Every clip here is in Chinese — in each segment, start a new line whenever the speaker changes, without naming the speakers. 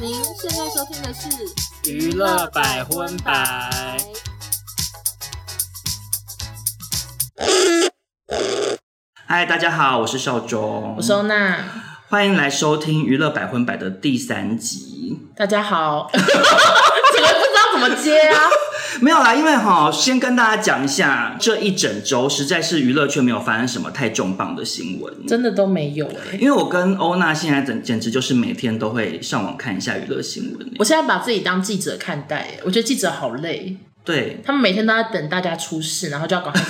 您现在收听的是《
娱乐百分百》。嗨，大家好，我是少中，
我收纳。
欢迎来收听《娱乐百分百》的第三集。
大家好， 这个不知道怎么接啊？
没有啦，因为哈，先跟大家讲一下，这一整周实在是娱乐圈没有发生什么太重磅的新闻。
真的都没有哎、
因为我跟欧娜现在简简直就是每天都会上网看一下娱乐新闻。
我现在把自己当记者看待、欸，我觉得记者好累，
对，
他们每天都在等大家出事，然后就要赶快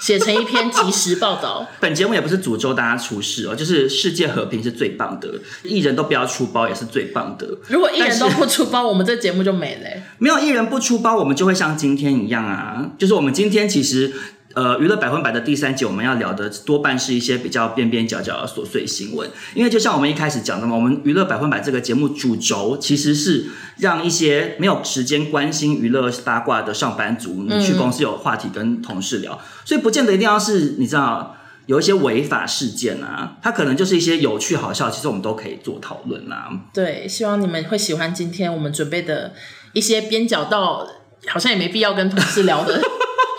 写成一篇即时报道。
本节目也不是诅咒大家出事哦，就是世界和平是最棒的，艺人都不要出包也是最棒的。
如果艺人都
但是
不出包，我们这节目就没了欸、
没有艺人不出包，我们就会像今天一样啊。就是我们今天其实，呃，娱乐百分百的第三集，我们要聊的多半是一些比较边边角角的琐碎新闻。因为就像我们一开始讲的嘛，我们娱乐百分百这个节目主轴其实是让一些没有时间关心娱乐八卦的上班族，你去公司有话题跟同事聊，所以不见得一定要是你知道。有一些违法事件啊，它可能就是一些有趣好笑，其实我们都可以做讨论啊啦、
对，希望你们会喜欢今天我们准备的一些边角到好像也没必要跟同事聊的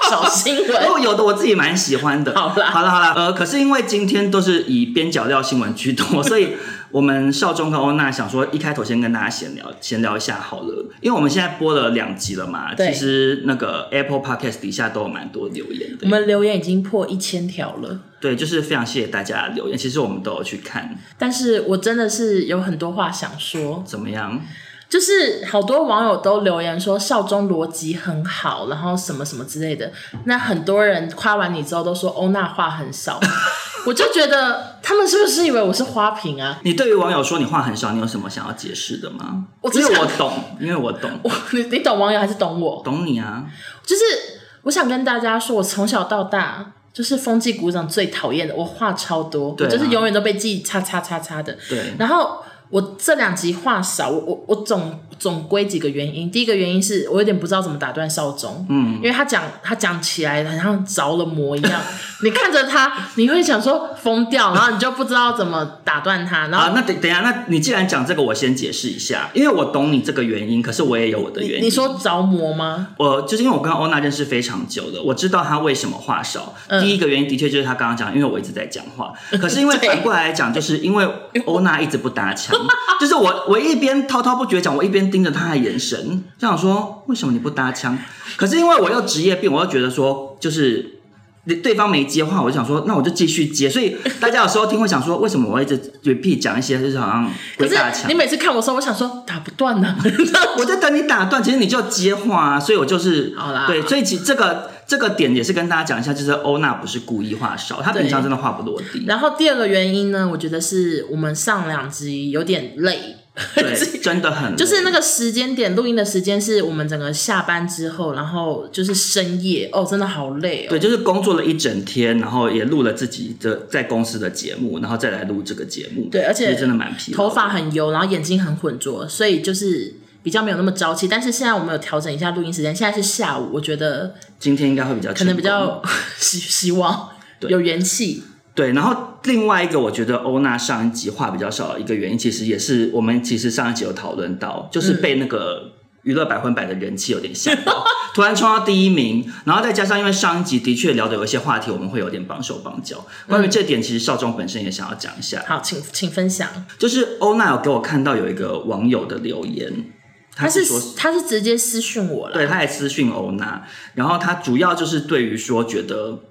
小 新闻。
哦，有的我自己蛮喜欢的。
好啦
好了，好了，呃，可是因为今天都是以边角料新闻居 多，所以我们少中跟欧娜想说，一开头先跟大家闲聊，闲聊一下好了，因为我们现在播了两集了嘛，
对
其实那个 Apple Podcast 底下都有蛮多留言
我
的，
们留言已经破一千条了，
对，就是非常谢谢大家的留言，其实我们都有去看，
但是我真的是有很多话想说，
怎么样？
就是好多网友都留言说少中逻辑很好，然后什么什么之类的。那很多人夸完你之后都说欧娜话 很少，我就觉得他们是不是以为我是花瓶啊？
你对于网友说你话很少，你有什么想要解释的吗？
我只
因
想
为我懂，因为我懂，
我你你懂网友还是懂我？
懂你啊，
就是我想跟大家说，我从小到大就是风纪鼓掌最讨厌的，我话超多，
对啊
我就是永远都被记叉叉叉叉的。
对，
然后我这两集话少，我我我总总归几个原因。第一个原因是我有点不知道怎么打断少宗，嗯，因为他讲他讲起来好像着了魔一样， 你看着他，你会想说疯掉，然后你就不知道怎么打断他，然后
啊，那等等一下，那你既然讲这个，我先解释一下，因为我懂你这个原因，可是我也有我的原因。
你说着魔吗？
我就是因为我跟欧娜认识非常久的，我知道她为什么话少。
嗯
第一个原因的确就是她刚刚讲，因为我一直在讲 话。可是因为
对
反过来讲，就是因为欧娜一直不搭 腔，就是我我一边滔滔不绝讲，我一边盯着她的眼神，就想说为什么你不搭腔？可是因为我又职业病，我又觉得说就是。对方没接话，我就想说，那我就继续接。所以大家有时候听会想说，为什么我一直 repeat 讲一些就是好像
可
鬼
是
打墙
你？每次看我的时候，我想说打不断呢、
我在等你打断，其实你就接话啊，所以我就是
好啦
对，所以其这个这个点也是跟大家讲一下，就是欧娜不是故意话少，她平常真的话不落地，
然后第二个原因呢，我觉得是我们上两集有点累，
对， 真的很
就是那个时间点，录音的时间是我们整个下班之后，然后就是深夜哦，真的好累哦
对，。就是工作了一整天，然后也录了自己的在公司的节目，然后再来录这个节目，
对而且
所以真的蛮疲劳
头
的。
发很油，然后眼睛很浑浊，所以就是比较没有那么朝气。但是现在我们有调整一下录音时间，现在是下午，我觉得
今天应该会比较
可能比
成功
较希希望有元气。
对，然后另外一个我觉得欧娜上一集话比较少的一个原因，其实也是我们其实上一集有讨论到，就是被那个娱乐百分百的人气有点吓到， 突然冲到第一名，然后再加上因为上一集的确聊的有一些话题，我们会有点绑手绑脚。关于这点，其实少中本身也想要讲一下，
好，请请分享。
就是欧娜有给我看到有一个网友的留言，
他是
说
他是直接私讯我了，
对，他也私讯欧娜，然后他主要就是对于说觉得。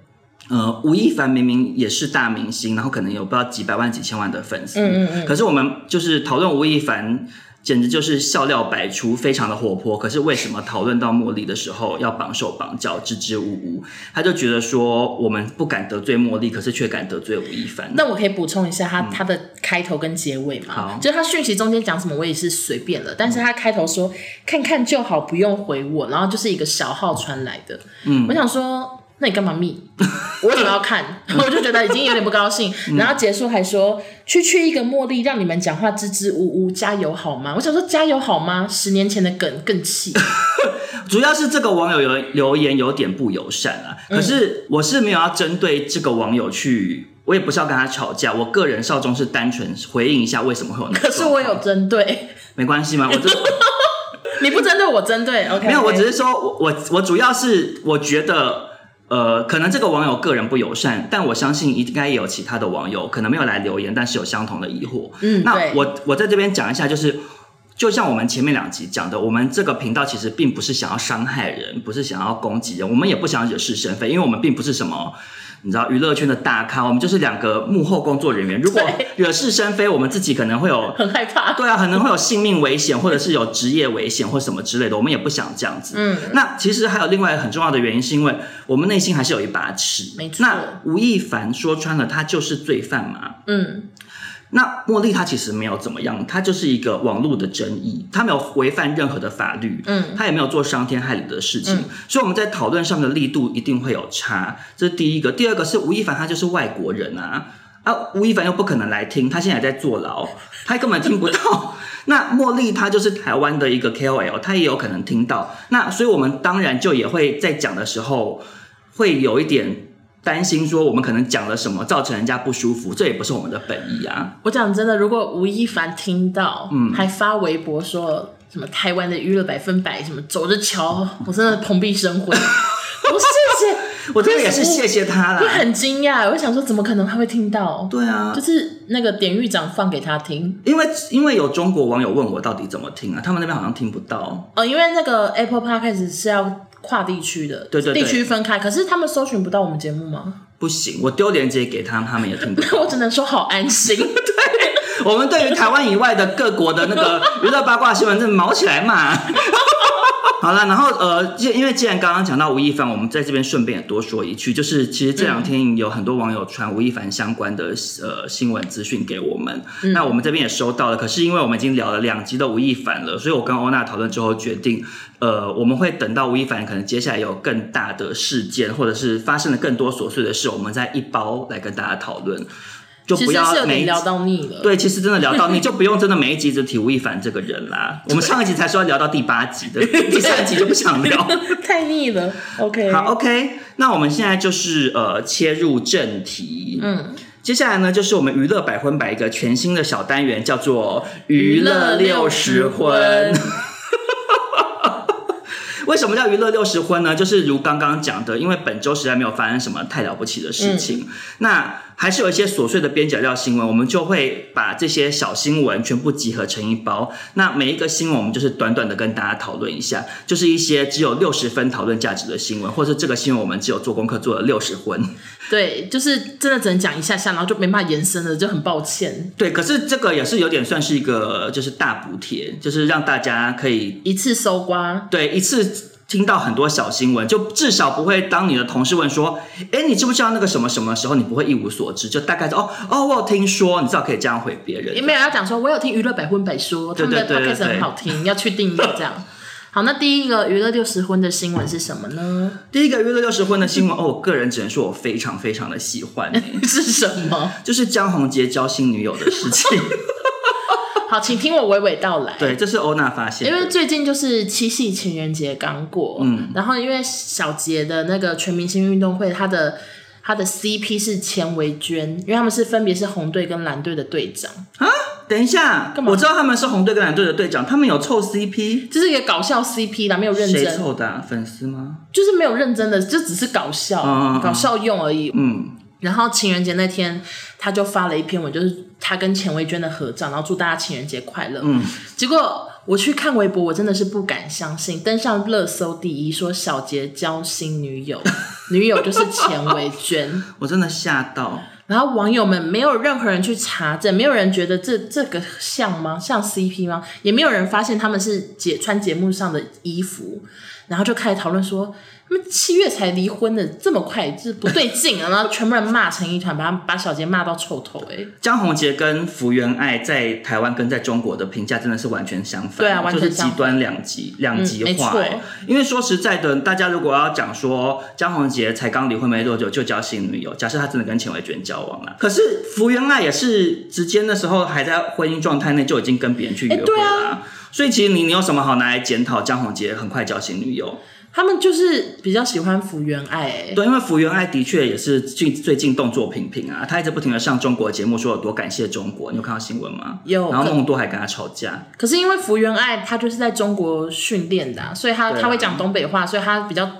呃，吴亦凡明明也是大明星，然后可能有不知道几百万、几千万的粉丝，
嗯嗯
可是我们就是讨论吴亦凡，简直就是笑料百出，非常的活泼。可是为什么讨论到茉莉的时候要绑手绑脚、支支吾吾？他就觉得说我们不敢得罪茉莉，可是却敢得罪吴亦凡。
那我可以补充一下他、他的开头跟结尾嘛
嗯好？嗯
就是他讯息中间讲什么，我也是随便了。但是他开头说、看看就好，不用回我，然后就是一个小号传来的。嗯，我想说，那你干 嘛密？我为什么要看？ 我就觉得已经有点不高兴。
嗯
然后结束还说区区一个茉莉，让你们讲话支支吾吾，加油好吗？我想说加油好吗？十年前的梗更气。
主要是这个网友有留言有点不友善啊，可是我是没有要针对这个网友去，我也不是要跟他吵架，我个人少中是单纯回应一下为什么会有那个
可是
状况。
我有针对，
没关系嘛，我就
你不针对我，针对 OK，
没有，我只
是
是说我我我主要是我觉得。呃，可能这个网友个人不友善，但我相信应该也有其他的网友可能没有来留言，但是有相同的疑惑。
嗯，
那
对，
我我在这边讲一下，就是就像我们前面两集讲的，我们这个频道其实并不是想要伤害人，不是想要攻击人，我们也不想惹是生非，因为我们并不是什么。你知道娱乐圈的大咖，我们就是两个幕后工作人员。如果
对
惹是生非，我们自己可能会有
很害怕，
对啊，可能会有性命危险，或者是有职业危险或什么之类的，我们也不想这样子。
嗯，
那其实还有另外很重要的原因，是因为我们内心还是有一把尺。
没错
那吴亦凡说穿了，他就是罪犯嘛。
嗯，
那茉莉她其实没有怎么样，她就是一个网络的争议，她没有违反任何的法律，
嗯，
她也没有做伤天害理的事情，
嗯
所以我们在讨论上面的力度一定会有差，这是第一个。第二个是吴亦凡，他就是外国人啊，啊，吴亦凡又不可能来听，他现在也在坐牢，他根本听不到。 那茉莉她就是台湾的一个 KOL，她也有可能听到，那所以我们当然就也会在讲的时候会有一点。担心说我们可能讲了什么造成人家不舒服，这也不是我们的本意啊。
我讲真的，如果吴亦凡听到，
嗯
还发微博说什么台湾的娱乐百分百，什么走 着瞧，我真的蓬荜生辉，我谢 谢，
我真的也是谢谢他
我
啦。
很惊讶，我想说怎么可能他会听到？
对啊
就，是那个典狱长放给他听，
因为因为有中国网友问我到底怎么听啊，他们那边好像听不到。
呃，因为那个 Apple Podcast 是要跨地区的，
对对对
地区分开，可是他们搜寻不到我们节目吗？
不行，我丢链接给他们，他们也听不到。
我只能说好 安心，
我们对于台湾以外的各国的那 个娱乐八卦新闻，真的毛起来嘛。好了，然后呃，既因为既然刚刚讲到吴亦凡，我们在这边顺便也多说一句，就是其实这两天有很多网友传吴亦凡相关的呃新闻资讯给我们，
嗯
那我们这边也收到了。可是因为我们已经聊了两集的吴亦凡了，所以我跟欧娜讨论之后决定，呃，我们会等到吴亦凡可能接下来有更大的事件，或者是发生了更多琐碎的事，我们再一包来跟大家讨论。就
其
不
实是有
要每
点
一
聊到腻 了。
对，其实真的聊到你就不用真的每一集只提吴亦凡这个人 啦。我们上一集才说要聊到第八集 的，第三集就不想 聊。
太腻了，OK，
好，OK，那我们现在就是呃切入正题。
嗯，
接下来呢，就是我们娱乐百分百一个全新的小单元，叫做娱乐六十婚。为什么叫娱乐六十婚呢？就是如刚刚讲的，因为本周实在没有发生什么太了不起的事情，那还是有一些琐碎的边角料新闻，我们就会把这些小新闻全部集合成一包。那每一个新闻，我们就是短短的跟大家讨论一下，就是一些只有六十分讨论价值的新闻，或是这个新闻我们只有做功课做了六十分。
对，就是真的只能讲一下下，然后就没办法延伸了，就很抱歉，
对，可是这个也是有点算是一个就是大补贴，就是让大家可以
一次搜刮，
对，一次听到很多小新闻，就至少不会当你的同事问说：“哎，你知不知道那个什么什么的时候？”你不会一无所知，就大概说：“哦哦，我有听说。”你至少可以这样回别人
也。没有要讲说，我有听娱乐百分百说他
对
们的
对对对
podcast 很好听，要去订阅这样。好，那第一个娱乐六十婚的新闻是什么 呢？
第一个娱乐六十婚的新闻，哦，我个人只能说我非常非常的喜 欢、欸
是什么？
就是江宏杰交新女友的事 情。
好，请听我娓娓道来。
对，这是欧娜发现
因
的。
为最近就是七夕情人节刚过，嗯，然后因为小杰的那个全明星运动会，他的他的 CP 是钱维娟，因为他们是分别是红队跟蓝队的队长，
等一下，
嘛
我知道他们是红队跟蓝队的队长，他们有凑 CP，
这是一个搞笑 CP 啦，没有认
谁
真，
凑的啊、粉丝吗？
就是没有认真的，就只是搞笑，
嗯嗯嗯
搞笑用而已。
嗯，
然后情人节那天，他就发了一篇文，就是他跟钱维娟的合照，然后祝大家情人节快乐。嗯，结果我去看微博，我真的是不敢相信，登上热搜第一，说小杰交新女 友，女友就是钱维娟。
我真的吓到。
然后网友们没有任何人去查证，没有人觉得这这个像吗？像 CP 吗？也没有人发现他们是节穿节目上的衣服，然后就开始讨论说，他们七月才离婚的，这么快，就是不对劲啊！然后全部人骂成一团，把他把小杰骂到臭头哎、欸
江宏杰跟福原爱在台湾跟在中国的评价真的是完全相反，
对啊完全
就是极
相反嗯
端两极两极
没
化、
错
欸因为说实在的，大家如果要讲说江宏杰才刚离婚没多久就交新女友，假设他真的跟钱维娟交往了，可是福原爱也是直接那时候还在婚姻状态内就已经跟别人去约会
哎对啊
了啊、所以其实你你有什么好拿来检讨江宏杰很快交新女友？
他们就是比较喜欢福原爱、欸，
对，因为福原爱的确也是近最近动作频频啊，她一直不停的上中国节目，说有多感谢中国。你有看到新闻吗？
有
然后
可
孟多还跟她吵架，
可是因为福原爱她就是在中国训练的啊、所以她
对啊
她会讲东北话，所以她比较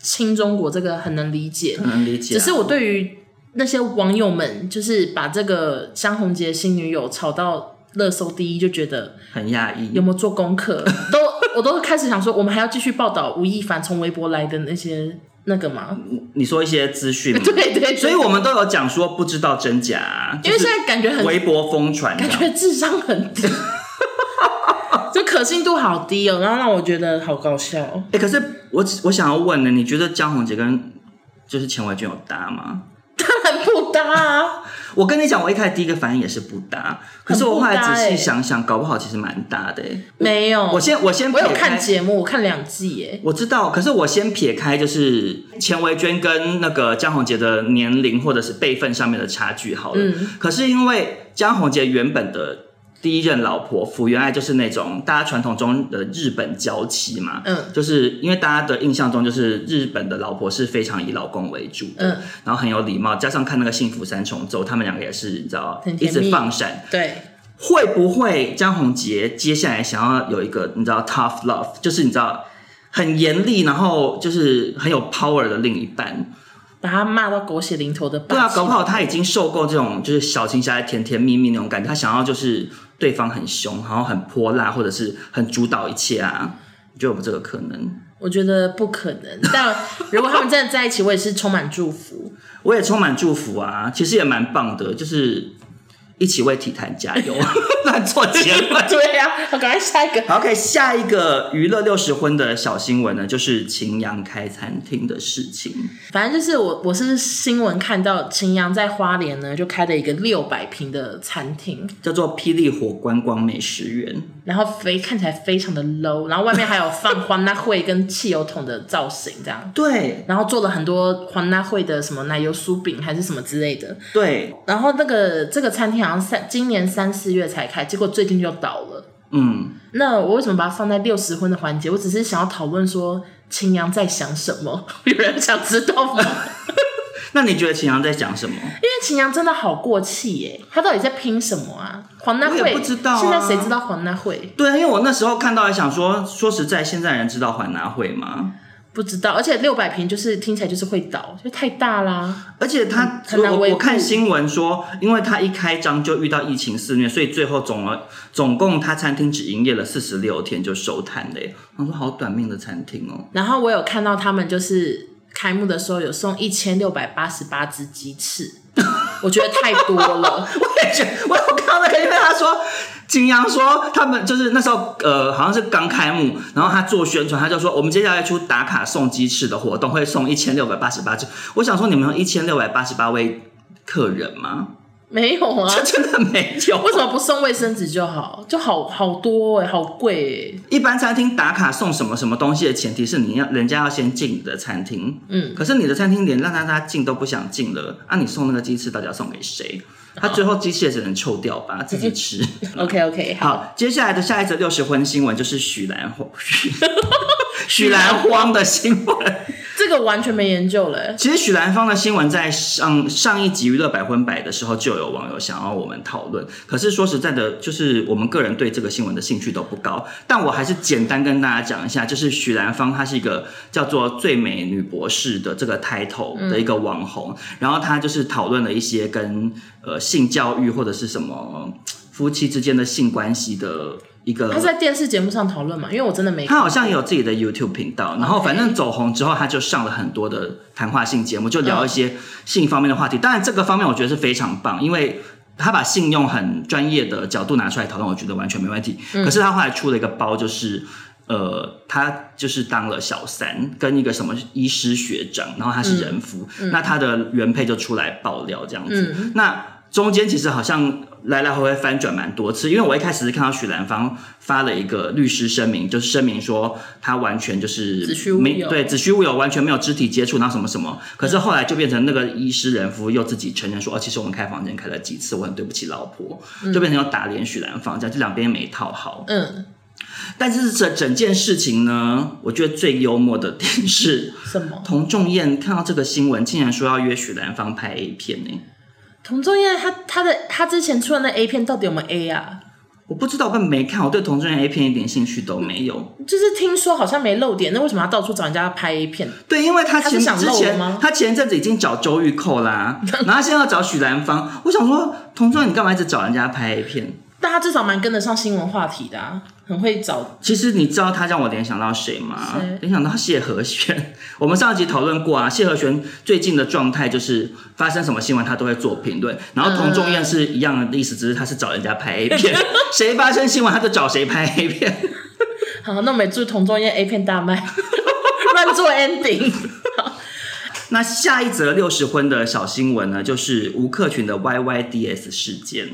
亲中国，这个很能理解。
很能理解、
只
啊。
是我对于那些网友们，就是把这个江宏杰新女友炒到热搜第一，就觉得
很讶异
有，没有做功 课，都我都开始想说，我们还要继续报道吴亦凡从微博来的那些那个吗？
你说一些资讯吗，
对对对，
嗯所以我们都有讲说不知道真假啊，
因为
就是
现在感觉很
微博疯传这
感
样，
觉智商 很低，就可信度好低哦，然后让我觉得好搞笑哦。
哎、可是我只我想要问呢，你觉得江宏杰跟就是钱伟俊有搭吗？
很不搭啊！
我跟你讲，我一开始第一个反应也是不搭，可是我后来
很不搭
仔
欸
细想想，搞不好其实蛮搭的、欸。
没有，
我先我先
我有
撇
看
开
节目，我看两季耶。
我知道，可是我先撇开就是钱维娟跟那个江宏杰的年龄或者是辈分上面的差距好了。
嗯
可是因为江宏杰原本的第一任老婆福原爱就是那种大家传统中的日本娇妻嘛，
嗯
就是因为大家的印象中就是日本的老婆是非常以老公为主的，
嗯
然后很有礼貌，加上看那个《幸福三重奏》，他们两个也是你知道
很
一
甜蜜
直放闪，
对，
会不会江宏杰接下来想要有一个你知道 tough love，就是你知道很严厉，然后就是很有 power 的另一半？
把他骂到狗血淋头的霸气。
对啊，搞不好他已经受够这种就是小情小爱、甜甜蜜蜜那种感觉，他想要就是对方很凶，然后很泼辣，或者是很主导一切啊。你觉得有没有这个可能？
我觉得不可能。但如果他们真的在一起，我也是充满祝福。
我也充满祝福啊，其实也蛮棒的，就是一起为体坛加油， 乱做结论。
对呀、啊，我赶快下一个。
好，OK，下一个娱乐六十婚的小新闻呢，就是秦阳开餐厅的事情。
反正就是我，我是新闻看到秦阳在花莲呢，就开了一个六百平的餐厅，
叫做霹雳火观光美食园，
然后非看起来非常的 low，然后外面还有 放欢纳会跟汽油桶的造型这样，
对
然后做了很多欢纳会的什么奶油酥饼还是什么之类的，
对，
然后那个这个餐厅好像三今年三四月才开，结果最近就倒了。
嗯，
那我为什么把它放在六十婚的环节？我只是想要讨论说秦阳在想什么， 有人想知道吗？
那你觉得秦阳在讲什么？
因为秦阳真的好过气耶、他到底在拼什么啊？黄大
我
会
也不知道啊
现在谁知道黄大会？
对啊，因为我那时候看到，还想说，说实在，现在人知道环拿会吗？
不知道，而且六百平就是听起来就是会倒，就太大啦。
而且他，
很难
我
维护
我看新闻说，因为他一开张就遇到疫情肆虐，所以最后总了总共他餐厅只营业了四十六天就收摊了耶。我说好短命的餐厅哦。
然后我有看到他们就是开幕的时候有送一千六百八十八只鸡翅，我觉得太多了。
我也觉得，我有看到那个，因为他说景阳说他们就是那时候呃好像是刚开幕，然后他做宣传，他就说我们接下来出打卡送鸡翅的活动，会送一千六百八十八只。我想说你们有一千六百八十八位客人吗？
没有啊
这，真的没有。
为什么不送卫生纸就好？就好好多哎、好贵哎、
一般餐厅打卡送什么什么东西的前提是你要人家要先进你的餐厅，
嗯，
可是你的餐厅连让大家进都不想进了，啊，你送那个鸡翅到底要送给谁？他最后鸡翅也只能臭掉吧，自己吃。
OK OK，好，
好，接下来的下一则六十婚新闻就是许兰花许 许兰芳的新闻。
这个完全没研究了、欸。
其实许兰芳的新闻在上上一集娱乐百分百的时候，就有网友想要我们讨论。可是说实在的，就是我们个人对这个新闻的兴趣都不高。但我还是简单跟大家讲一下，就是许兰芳她是一个叫做“最美女博士”的这个 title 的一个网红，然后她就是讨论了一些跟呃性教育或者是什么夫妻之间的性关系的一个
他是在电视节目上讨论嘛？因为我真的没看
他好像也有自己的 YouTube 频道，然后
OK
反正走红之后，他就上了很多的谈话性节目，就聊一些性方面的话题。当然，这个方面我觉得是非常棒，因为他把性用很专业的角度拿出来讨论，我觉得完全没问题。可是他后来出了一个包，就是。呃，他就是当了小三，跟一个什么医师学长，然后他
嗯
是人夫，那他的原配就出来爆料这样子。
嗯
那中间其实好像来来回回翻转蛮多次，因为我一开始是看到许兰芳发了一个律师声明，就是声明说她完全就是
子虚乌有嗯
没对子虚乌有，完全没有肢体接触，然后什么什么。可是后来就变成那个医师人夫又自己承认说，哦，其实我们开房间开了几次，我很对不起老婆，就变成要打脸许兰芳，这样就两边没讨好。
嗯，
但是这整件事情呢，我觉得最幽默的点是，
什么？
童仲彦看到这个新闻，竟然说要约许兰芳拍 A 片呢、
童仲彦他他的他之前出的那 A 片到底有没有 A 啊？
我不知道，我根本没看，我对童仲彦 A 片一点兴趣都没有。
就是听说好像没漏点，那为什么要到处找人家拍 A 片？
对，因为他前
他是想
之
露
前
了吗
他前阵子已经找周玉蔻 啦，然后他现在要找许兰芳，我想说，童仲彦你干嘛一直找人家拍 A 片？
但他至少蛮跟得上新闻话题的、啊，很会找。
其实你知道他让我联想到谁吗
谁？
联想到谢和弦。 我们上一集讨论过啊，谢和弦最近的状态就是发生什么新闻他都会做评论，然后童仲彦是一样的意思，只是他是找人家拍 A 片，
嗯
谁发生新闻他就找谁拍 A 片。
好，那我们也祝童仲彦 A 片大卖， 乱做 ending。
那下一则六十婚的小新闻呢，就是吴克群的 YYDS 事件，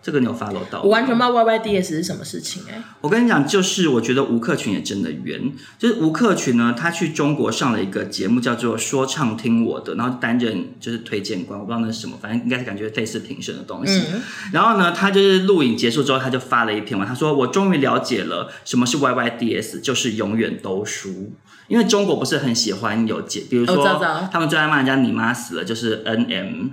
这个你有 follow 到吗？
我完全不知道 YYDS 是什么事情哎、
我跟你讲，就是我觉得吴克群也真的冤，就是吴克群呢，他去中国上了一个节目叫做《说唱听我的》，然后担任就是推荐官，我不知道那是什么，反正应该是感觉类似评审的东西。
嗯
然后呢，他就是录影结束之后，他就发了一篇文，他说：“我终于了解了什么是 YYDS，就是永远都输。”因为中国不是很喜欢有解，比如
哦
说、
我知道知道
他们最爱骂人家“你妈死了”，就是 NM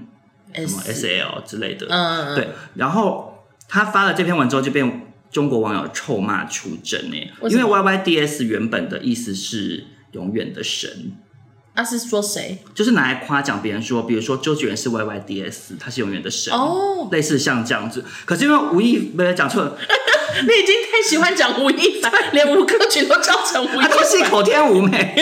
欸，
什么 SL 之类的。
嗯，
对，然后他发了这篇文之后，就被中国网友臭骂出征诶、
为什
因为
么
YYDS 原本的意思是永远的神，
那、啊是说谁？
就是拿来夸奖别人说，比如说周杰伦是 YYDS，他是永远的神，
哦，
类似像这样子。可是因为吴亦不是讲错了，
你已经太喜欢讲吴亦凡，连吴克群都叫成吴亦
他
凡。
啊就是口天吴美，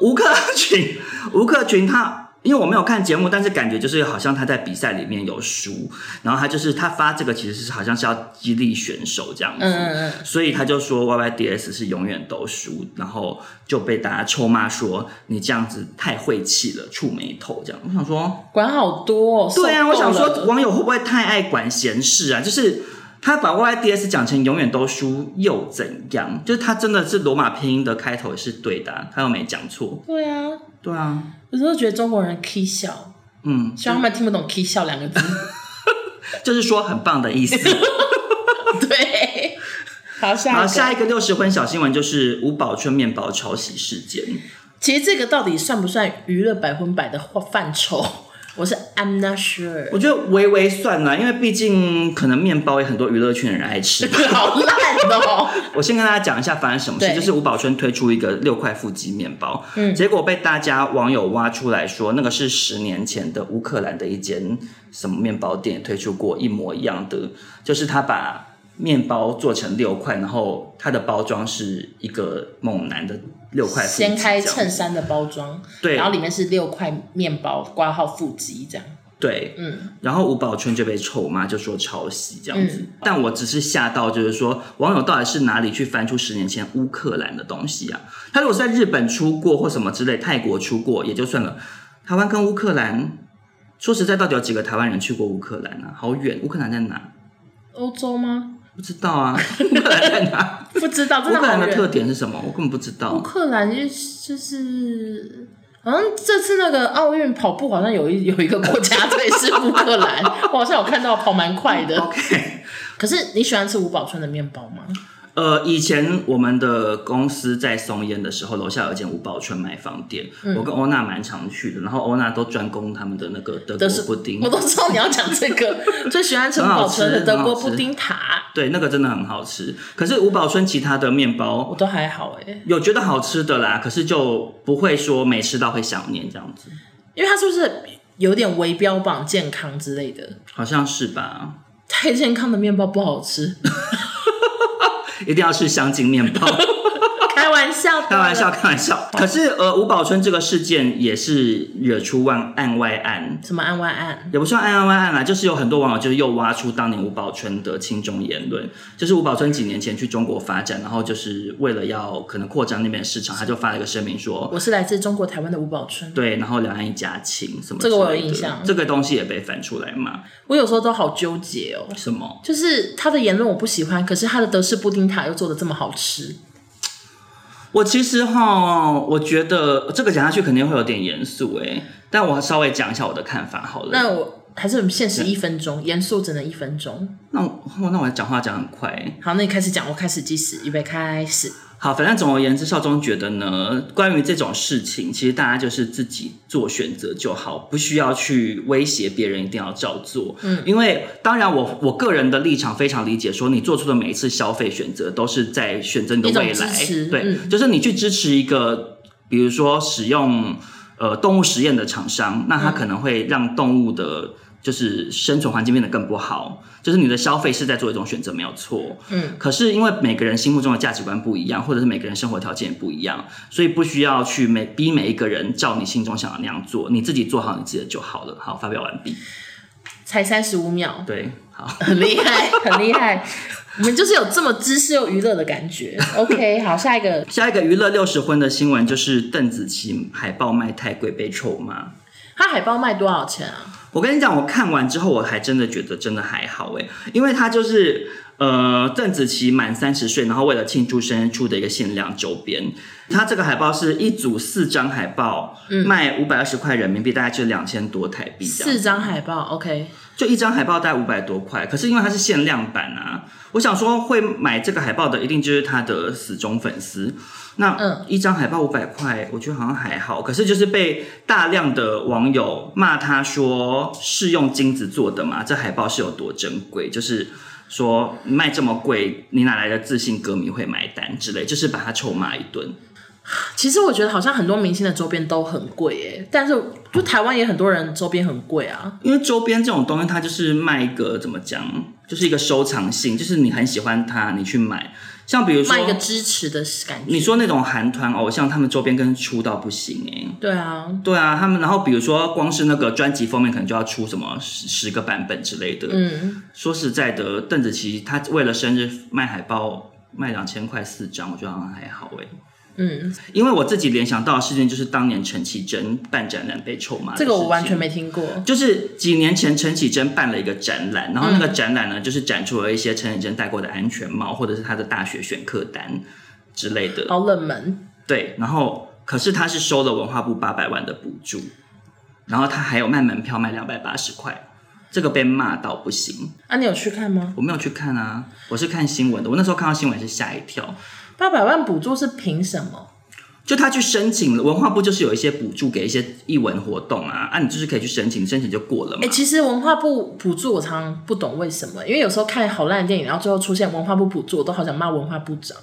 吴克群，吴克群他。因为我没有看节目，但是感觉就是好像他在比赛里面有输，然后他就是他发这个其实是好像是要激励选手这样子，
嗯嗯嗯，
所以他就说 YYDS 是永远都输，然后就被大家臭骂说你这样子太晦气了，触眉头这样。我想说，
管好多、哦。
对啊，
受
我
够
想
了
说网友会不会太爱管闲事啊？就是他把 YYDS 讲成永远都输又怎样？就是他真的是罗马拼音的开头也是对的啊、他又没讲错。
对啊，
对啊，
有时候觉得中国人 k 笑，
嗯，
希望他们听不懂 k 笑两个 字。
就是说很棒的意 思。
对，好，下一
然
个。
后下一个六十分小新闻就是吴宝春面包抄袭事件。
其实这个到底算不算娱乐百分百的范畴？ 我是 I'm not sure。
我觉得微微算啦，因为毕竟可能面包也很多娱乐圈人爱吃。
好烂哦！
我先跟大家讲一下发生什么事，
对
就是吴宝春推出一个六块腹肌面包，嗯，结果被大家网友挖出来说，那个是十年前的乌克兰的一间什么面包店推出过一模一样的，就是他把面包做成六块，然后它的包装是一个猛男的六块腹肌这
掀
样，
开衬衫的包装，
对
然后里面是六块面包，挂号腹肌这样。
对，
嗯，
然后吴宝春就被臭骂，就说抄袭这样子。但我只是吓到，就是说网友到底是哪里去翻出十年前乌克兰的东西啊？他如果是在日本出过或什么之类，泰国出过也就算了，台湾跟乌克兰，说实在，到底有几个台湾人去过乌克兰啊？好远，乌克兰在哪？
欧洲吗？
不知道啊，乌克兰在哪？
不知道， 真
乌
的
克兰
好
的
远。
特点是什么？我根本不知
乌
道。
克兰就是就是，好像这次那个奥运跑步好像有一有一个国 家队是乌克兰，我好像有看到跑蛮快的。
OK。
可是你喜欢吃吴宝春的面包吗？
呃，以前我们的公司在松烟的时候，楼下有一间五宝春买房店，
嗯
我跟欧娜蛮常去的，然后欧娜都专攻他们的那个德
都
国
是
布丁
我，都知道你要讲这个，最喜欢吃吴宝春的德国布丁塔，
对，那个真的很好吃。可是五宝春其他的面包
我都还好哎、欸，
有觉得好吃的啦，可是就不会说没吃到会想念这样子，
因为它是不是有点微标榜健康之类的？
好像是吧？
太健康的面包不好吃，
一定要吃香精面 包。
开玩笑的，
开玩笑，。开玩笑。可是呃，吴宝春这个事件也是惹出万案外案，
什么案外案？
也不算暗暗暗暗啦，就是有很多网友就是又挖出当年吴宝春的亲中言论，就是吴宝春几年前去中国发展，然后就是为了要可能扩张那边的市场，他就发了一个声明说。
我是来自中国台湾的吴宝春，
对，然后两岸一家亲什么之
这
类的？
个我有印象
这个东西也被翻出来嘛？
我有时候都好纠结哦。
什么？
就是他的言论我不喜欢，可是他的德式布丁塔又做的这么好吃，
我其实哈，我觉得这个讲下去肯定会有点严肃哎，但我稍微讲一下我的看法好了。
那我还是我们限时一分钟，严肃只能一分钟。
那我哦那我讲话讲很快欸。
好，那你开始讲，我开始计时，预备开始。
好，反正总而言之，少中觉得呢，关于这种事情，其实大家就是自己做选择就好，不需要去威胁别人一定要照做。嗯，因为当然我我个人的立场非常理解，说你做出的每一次消费选择都是在选择你的
一种
未来
支持，
对，
嗯
就是你去支持一个，比如说使用呃动物实验的厂商，那它可能会让动物的。就是生存环境变得更不好，就是你的消费是在做一种选择，没有错。
嗯，
可是因为每个人心目中的价值观不一样，或者是每个人生活条件也不一样，所以不需要去每逼每一个人照你心中想的那样做，你自己做好你自己的就好了。好，发表完毕。
才三十 五秒，
对，好，
很厉害， 很厉害。我们就是有这么知识又娱乐的感觉。OK，好，下一个
下一个娱乐六十婚的新闻就是邓紫棋海报卖太贵被臭骂。
它海报卖多少钱啊？
我跟你讲，我看完之后，我还真的觉得真的还好哎，因为他就是呃，邓紫棋满三十岁，然后为了庆祝生日出的一个限量周边。他这个海报是一组四张海报，卖五百二十块人民币，大概就两千多台币这样。
四张海报，OK，
就一张海报大概五百多块，可是因为它是限量版啊，我想说会买这个海报的一定就是他的死忠粉丝。那
嗯
一张海报五百块，我觉得好像还好，可是就是被大量的网友骂他说是用金子做的嘛，这海报是有多珍贵，就是说卖这么贵，你哪来的自信歌迷会买单之类，就是把他臭骂一顿。
其实我觉得好像很多明星的周边都很贵耶、但是就台湾也很多人周边很贵啊。
因为周边这种东西，它就是卖一个怎么讲，就是一个收藏性，就是你很喜欢它，你去买。像比如说
卖一个支持的感觉。
你说那种韩团偶像，他们周边跟出到不行哎、
对啊，
对啊，他们然后比如说光是那个专辑封面，可能就要出什么十十个版本之类的。
嗯，
说实在的，邓紫棋她为了生日卖海报卖两千块四张，我觉得好像还好哎、
嗯，
因为我自己联想到的事情就是当年陈绮贞办展览被臭骂，
这个我完全。没听过。
就是几年前陈绮贞办了一个展览，
嗯
然后那个展览呢，就是展出了一些陈绮贞戴过的安全帽，或者是她的大学选课单之类的。
好冷门，
对，然后可是他是收了文化部八百万的补助，然后他还有卖门票卖两百八十块，这个被骂到不行。
啊，你有去看吗？
我没有去看啊，我是看新闻的。我那时候看到新闻是吓一跳，
八百万补助是凭什么？
就他去申请了，文化部就是有一些补助给一些艺文活动啊，啊，你就是可以去申请，申请就过了嘛
哎、。其实文化部补助我常常不懂为什么，因为有时候看好烂的电影，然后最后出现文化部补助，我都好想骂文化部长。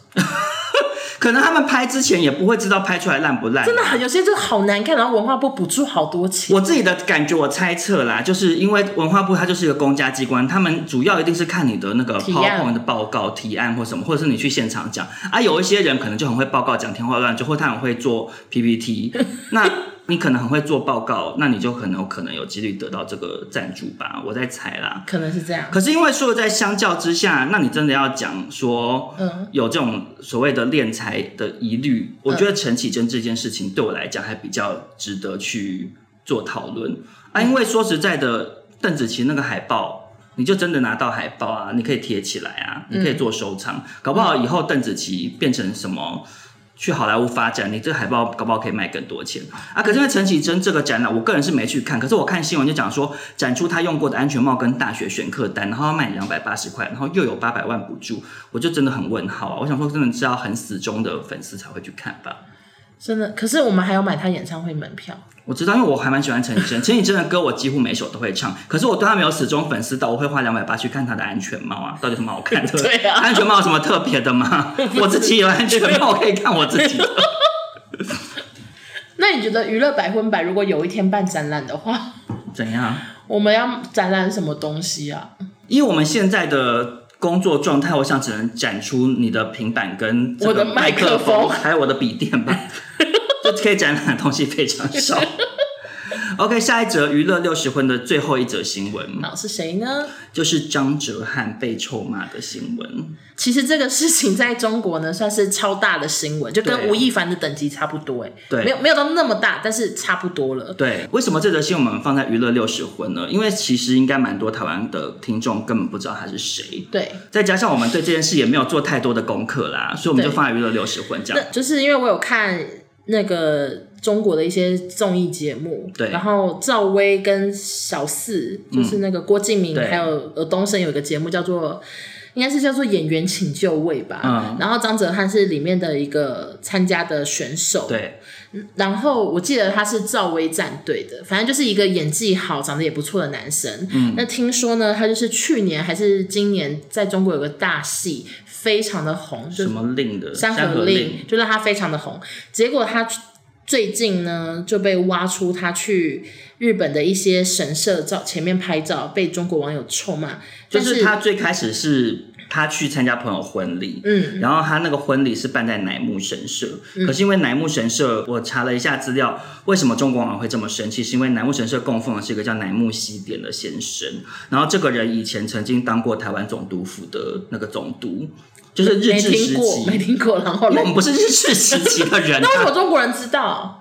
可能他们拍之前也不会知道拍出来烂不烂啊、
真的很有些就好难看，然后文化部补助好多钱。
我自己的感觉，我猜测啦，就是因为文化部它就是一个公家机关，他们主要一定是看你的那个
提案
PowerPoint 的报告、提案或什么，或者是你去现场讲啊。有一些人可能就很会报告讲天花乱坠，或他很会做 PPT，那你可能很会做报告，那你就可能有可能有几率得到这个赞助吧，我在猜啦。
可能是这样，
可是因为说在相较之下，那你真的要讲说，
嗯
有这种所谓的敛财的疑虑，我觉得陈绮贞这件事情对我来讲还比较值得去做讨论啊，
嗯
因为说实在的，邓紫棋那个海报，你就真的拿到海报啊，你可以贴起来啊，
嗯
你可以做收藏，搞不好以后邓紫棋变成什么。去好莱坞发展，你这个海报搞不好可以卖更多钱啊！可是因为陈绮贞这个展览，我个人是没去看，可是我看新闻就讲说，展出她用过的安全帽跟大学选课单，然后要卖两百八十块，然后又有八百万补助，我就真的很问号啊！我想说，真的是要很死忠的粉丝才会去看吧？
真的。可是我们还有买他演唱会门票，
我知道，因为我还蛮喜欢陈绮贞，陈绮贞的歌我几乎每首都会唱，可是我对她没有死忠粉丝到我会花两百八去看她的安全帽啊，到底有什么好看的？
对啊
安全帽有什么特别的 吗？我自己有安全帽，我可以看我自己的。
那你觉得娱乐百分百如果有一天办展览的话，
怎样？
我们要展览什么东西啊？
以我们现在的工作状态，我想只能展出你的平板跟这个
我的
麦
麦克风
风，还有我的笔电 吧，就可以展览的东西非常少。OK，下一则娱乐六十分的最后一则新闻，
好，是谁呢？
就是张哲瀚被臭骂的新闻。
其实这个事情在中国呢，算是超大的新闻，就跟
对
吴亦凡的等级差不多哎、
对
没有没有到那么大，但是差不多了。
对，为什么这则新闻我们放在娱乐六十分呢？因为其实应该蛮多台湾的听众根本不知道他是谁，
对，
再加上我们对这件事也没有做太多的功课啦，所以我们就
对
放在娱乐六十分这样
那。就是因为我有看那个中国的一些综艺节目，
对嗯
然后赵薇跟小四，就是那个郭敬明，
对
还有呃东升有一个节目叫做。应该是叫做演员请就位吧，
嗯
然后张哲瀚是里面的一个参加的选手，
对，
然后我记得他是赵薇战队的，反正就是一个演技好、长得也不错的男生。嗯，那听说呢，他就是去年还是今年在中国有个大戏，非常的红，就
什
是《
么令的
山河令》，就让他非常的红。结果他最近呢就被挖出他去日本的一些神社照前面拍照，被中国网友臭骂。
就
但
是他最开始是他去参加朋友婚礼，嗯，然后他那个婚礼是办在乃木神社，
嗯
可是因为乃木神社，我查了一下资料，为什么中国网友会这么生气？是因为乃木神社供奉的是一个叫乃木希典的先生，然后这个人以前曾经当过台湾总督府的那个总督，就是日
没
治时
听过，没
期。
听过，然后
我
来，
们不是日治时期的人、
那为什么
啊，
中国人知道？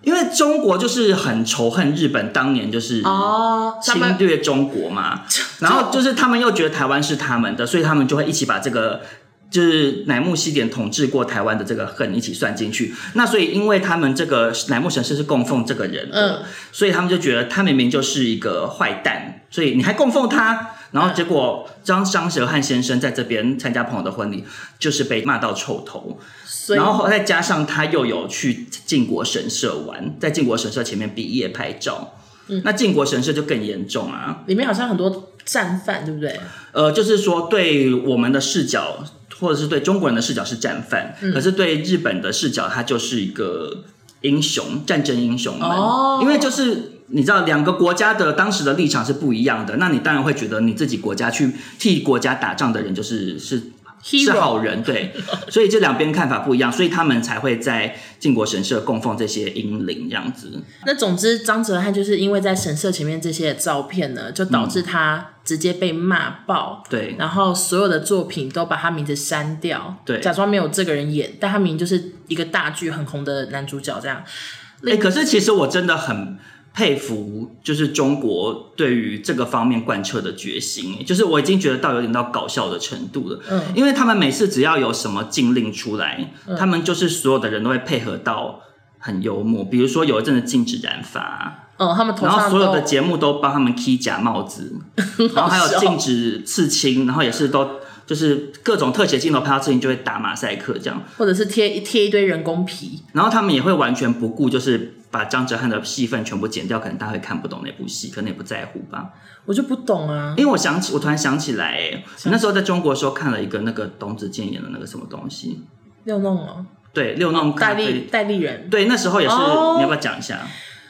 因为中国就是很仇恨日本，当年就是
哦，他
侵
们
略中国嘛，然后就是他们又觉得台湾是他们的，所以他们就会一起把这个就是乃木希典统治过台湾的这个恨一起算进去。那所以因为他们这个乃木神社是供奉这个人的，
嗯
所以他们就觉得他明明就是一个坏蛋，所以你还供奉他。然后结果张张哲瀚先生在这边参加朋友的婚礼，就是被骂到臭头，
所以
然后再加上他又有去靖国神社玩，在靖国神社前面毕业拍照，
嗯
那靖国神社就更严重啊，
里面好像很多战犯，对不对？
呃，就是说对我们的视角，或者是对中国人的视角是战犯，
嗯
可是对日本的视角，他就是一个英雄，战争英雄们。
哦
因为就是你知道，两个国家的当时的立场是不一样的，那你当然会觉得你自己国家去替国家打仗的人就是是。是
Hero
好人， 对，所以这两边看法不一样，所以他们才会在靖国神社供奉这些英灵这样子。
那总之，张哲瀚就是因为在神社前面这些照片呢，就导
嗯
致他直接被骂爆。
对
然后所有的作品都把他名字删掉，
对
假装没有这个人演，但他明明就是一个大剧很红的男主角这样。
哎、可是其实我真的很佩服，就是中国对于这个方面贯彻的决心，诶就是我已经觉得到有点到搞笑的程度了。嗯，因为他们每次只要有什么禁令出来，
嗯
他们就是所有的人都会配合到很幽默，比如说有一阵子禁止染发。
嗯，他们头
然后
上
所有的
都
节目都帮他们披假帽子， 然后还有禁止刺青，然后也是都就是各种特写镜头拍到刺青就会打马赛克这样。
或者是贴一贴一堆人工皮，
然后他们也会完全不顾，就是把张哲瀚的戏份全部剪掉，可能大家会看不懂那部戏，可能也不在乎吧。
我就不懂啊。
因为我想起，我突然想起来、欸，我那时候在中国的时候看了一个那个董子健演的那个什么东西，
六弄哦，
对，六弄
戴
咖
丽
啡。
戴丽人，
对，那时候也是，
哦
你要不要讲一下？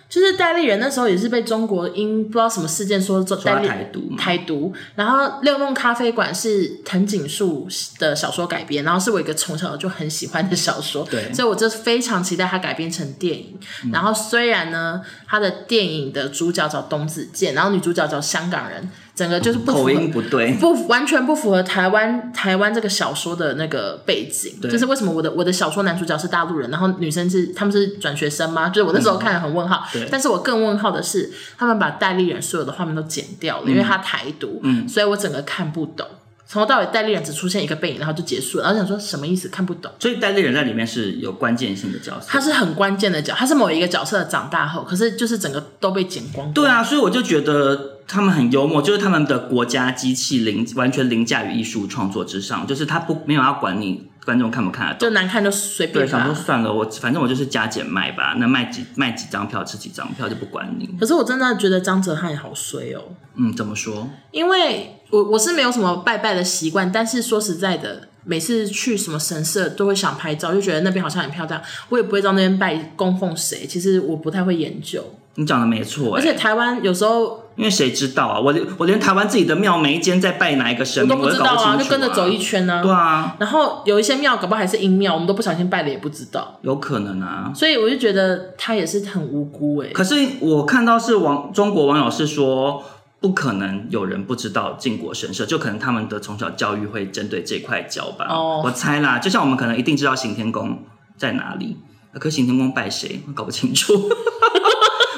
就是戴丽人那时候也是被中国因不知道什么事件说说
抓
戴丽
台独嘛，
台独，然后六弄咖啡馆是藤井树的小说改编，然后是我一个从小就很喜欢的小说，
对嗯
所以我就非常期待它改编成电影。然后虽然呢，它的电影的主角找董子健，然后女主角找香港人，整个就是不符
口
合
音不对，
不完全不符合台湾台湾这个小说的那个背景，
对
就是为什么我的我的小说男主角是大陆人，然后女生是他们是转学生吗？就是我那时候看得很问号，
嗯对
但是我更问号的是，他们把戴立人所有的画面都剪掉了，
嗯
因为他台独，所以我整个看不懂。从头到尾，戴立人只出现一个背影，然后就结束了。然后想说什么意思？看不懂。
所以戴立人在里面是有关键性的角色。
他是很关键的角，他是某一个角色长大后，可是就是整个都被剪光光。
对啊，所以我就觉得他们很幽默，就是他们的国家机器凌完全凌驾于艺术创作之上，就是他不没有要管你观众看不看得懂。
就难看就随便
对，
吧。
想说算了，我反正我就是加减卖吧，那卖几卖几张票吃几张票就不管你。
可是我真的觉得张哲瀚好衰哦。
嗯，怎么说？
因为我我是没有什么拜拜的习惯，但是说实在的，每次去什么神社都会想拍照，就觉得那边好像很漂亮，我也不会知道那边拜供奉谁。其实我不太会研究，
你讲的没错、
而
哎，
且台湾有时候
因为谁知道啊？我连我连台湾自己的庙每一间在拜哪一个神
我都
明，
不
我
知
搞
道啊
不清楚、啊
就跟着走一。圈呢、
对啊，
然后有一些庙搞不好还是阴庙，我们都不小心拜了也不知道，
有可能啊。
所以我就觉得他也是很无辜哎、
可是我看到是网中国网友是说，不可能有人不知道靖国神社，就可能他们的从小教育会针对这块教吧。
哦
我猜啦，就像我们可能一定知道行天宫在哪里，啊可是行天宫拜谁，我搞不清楚。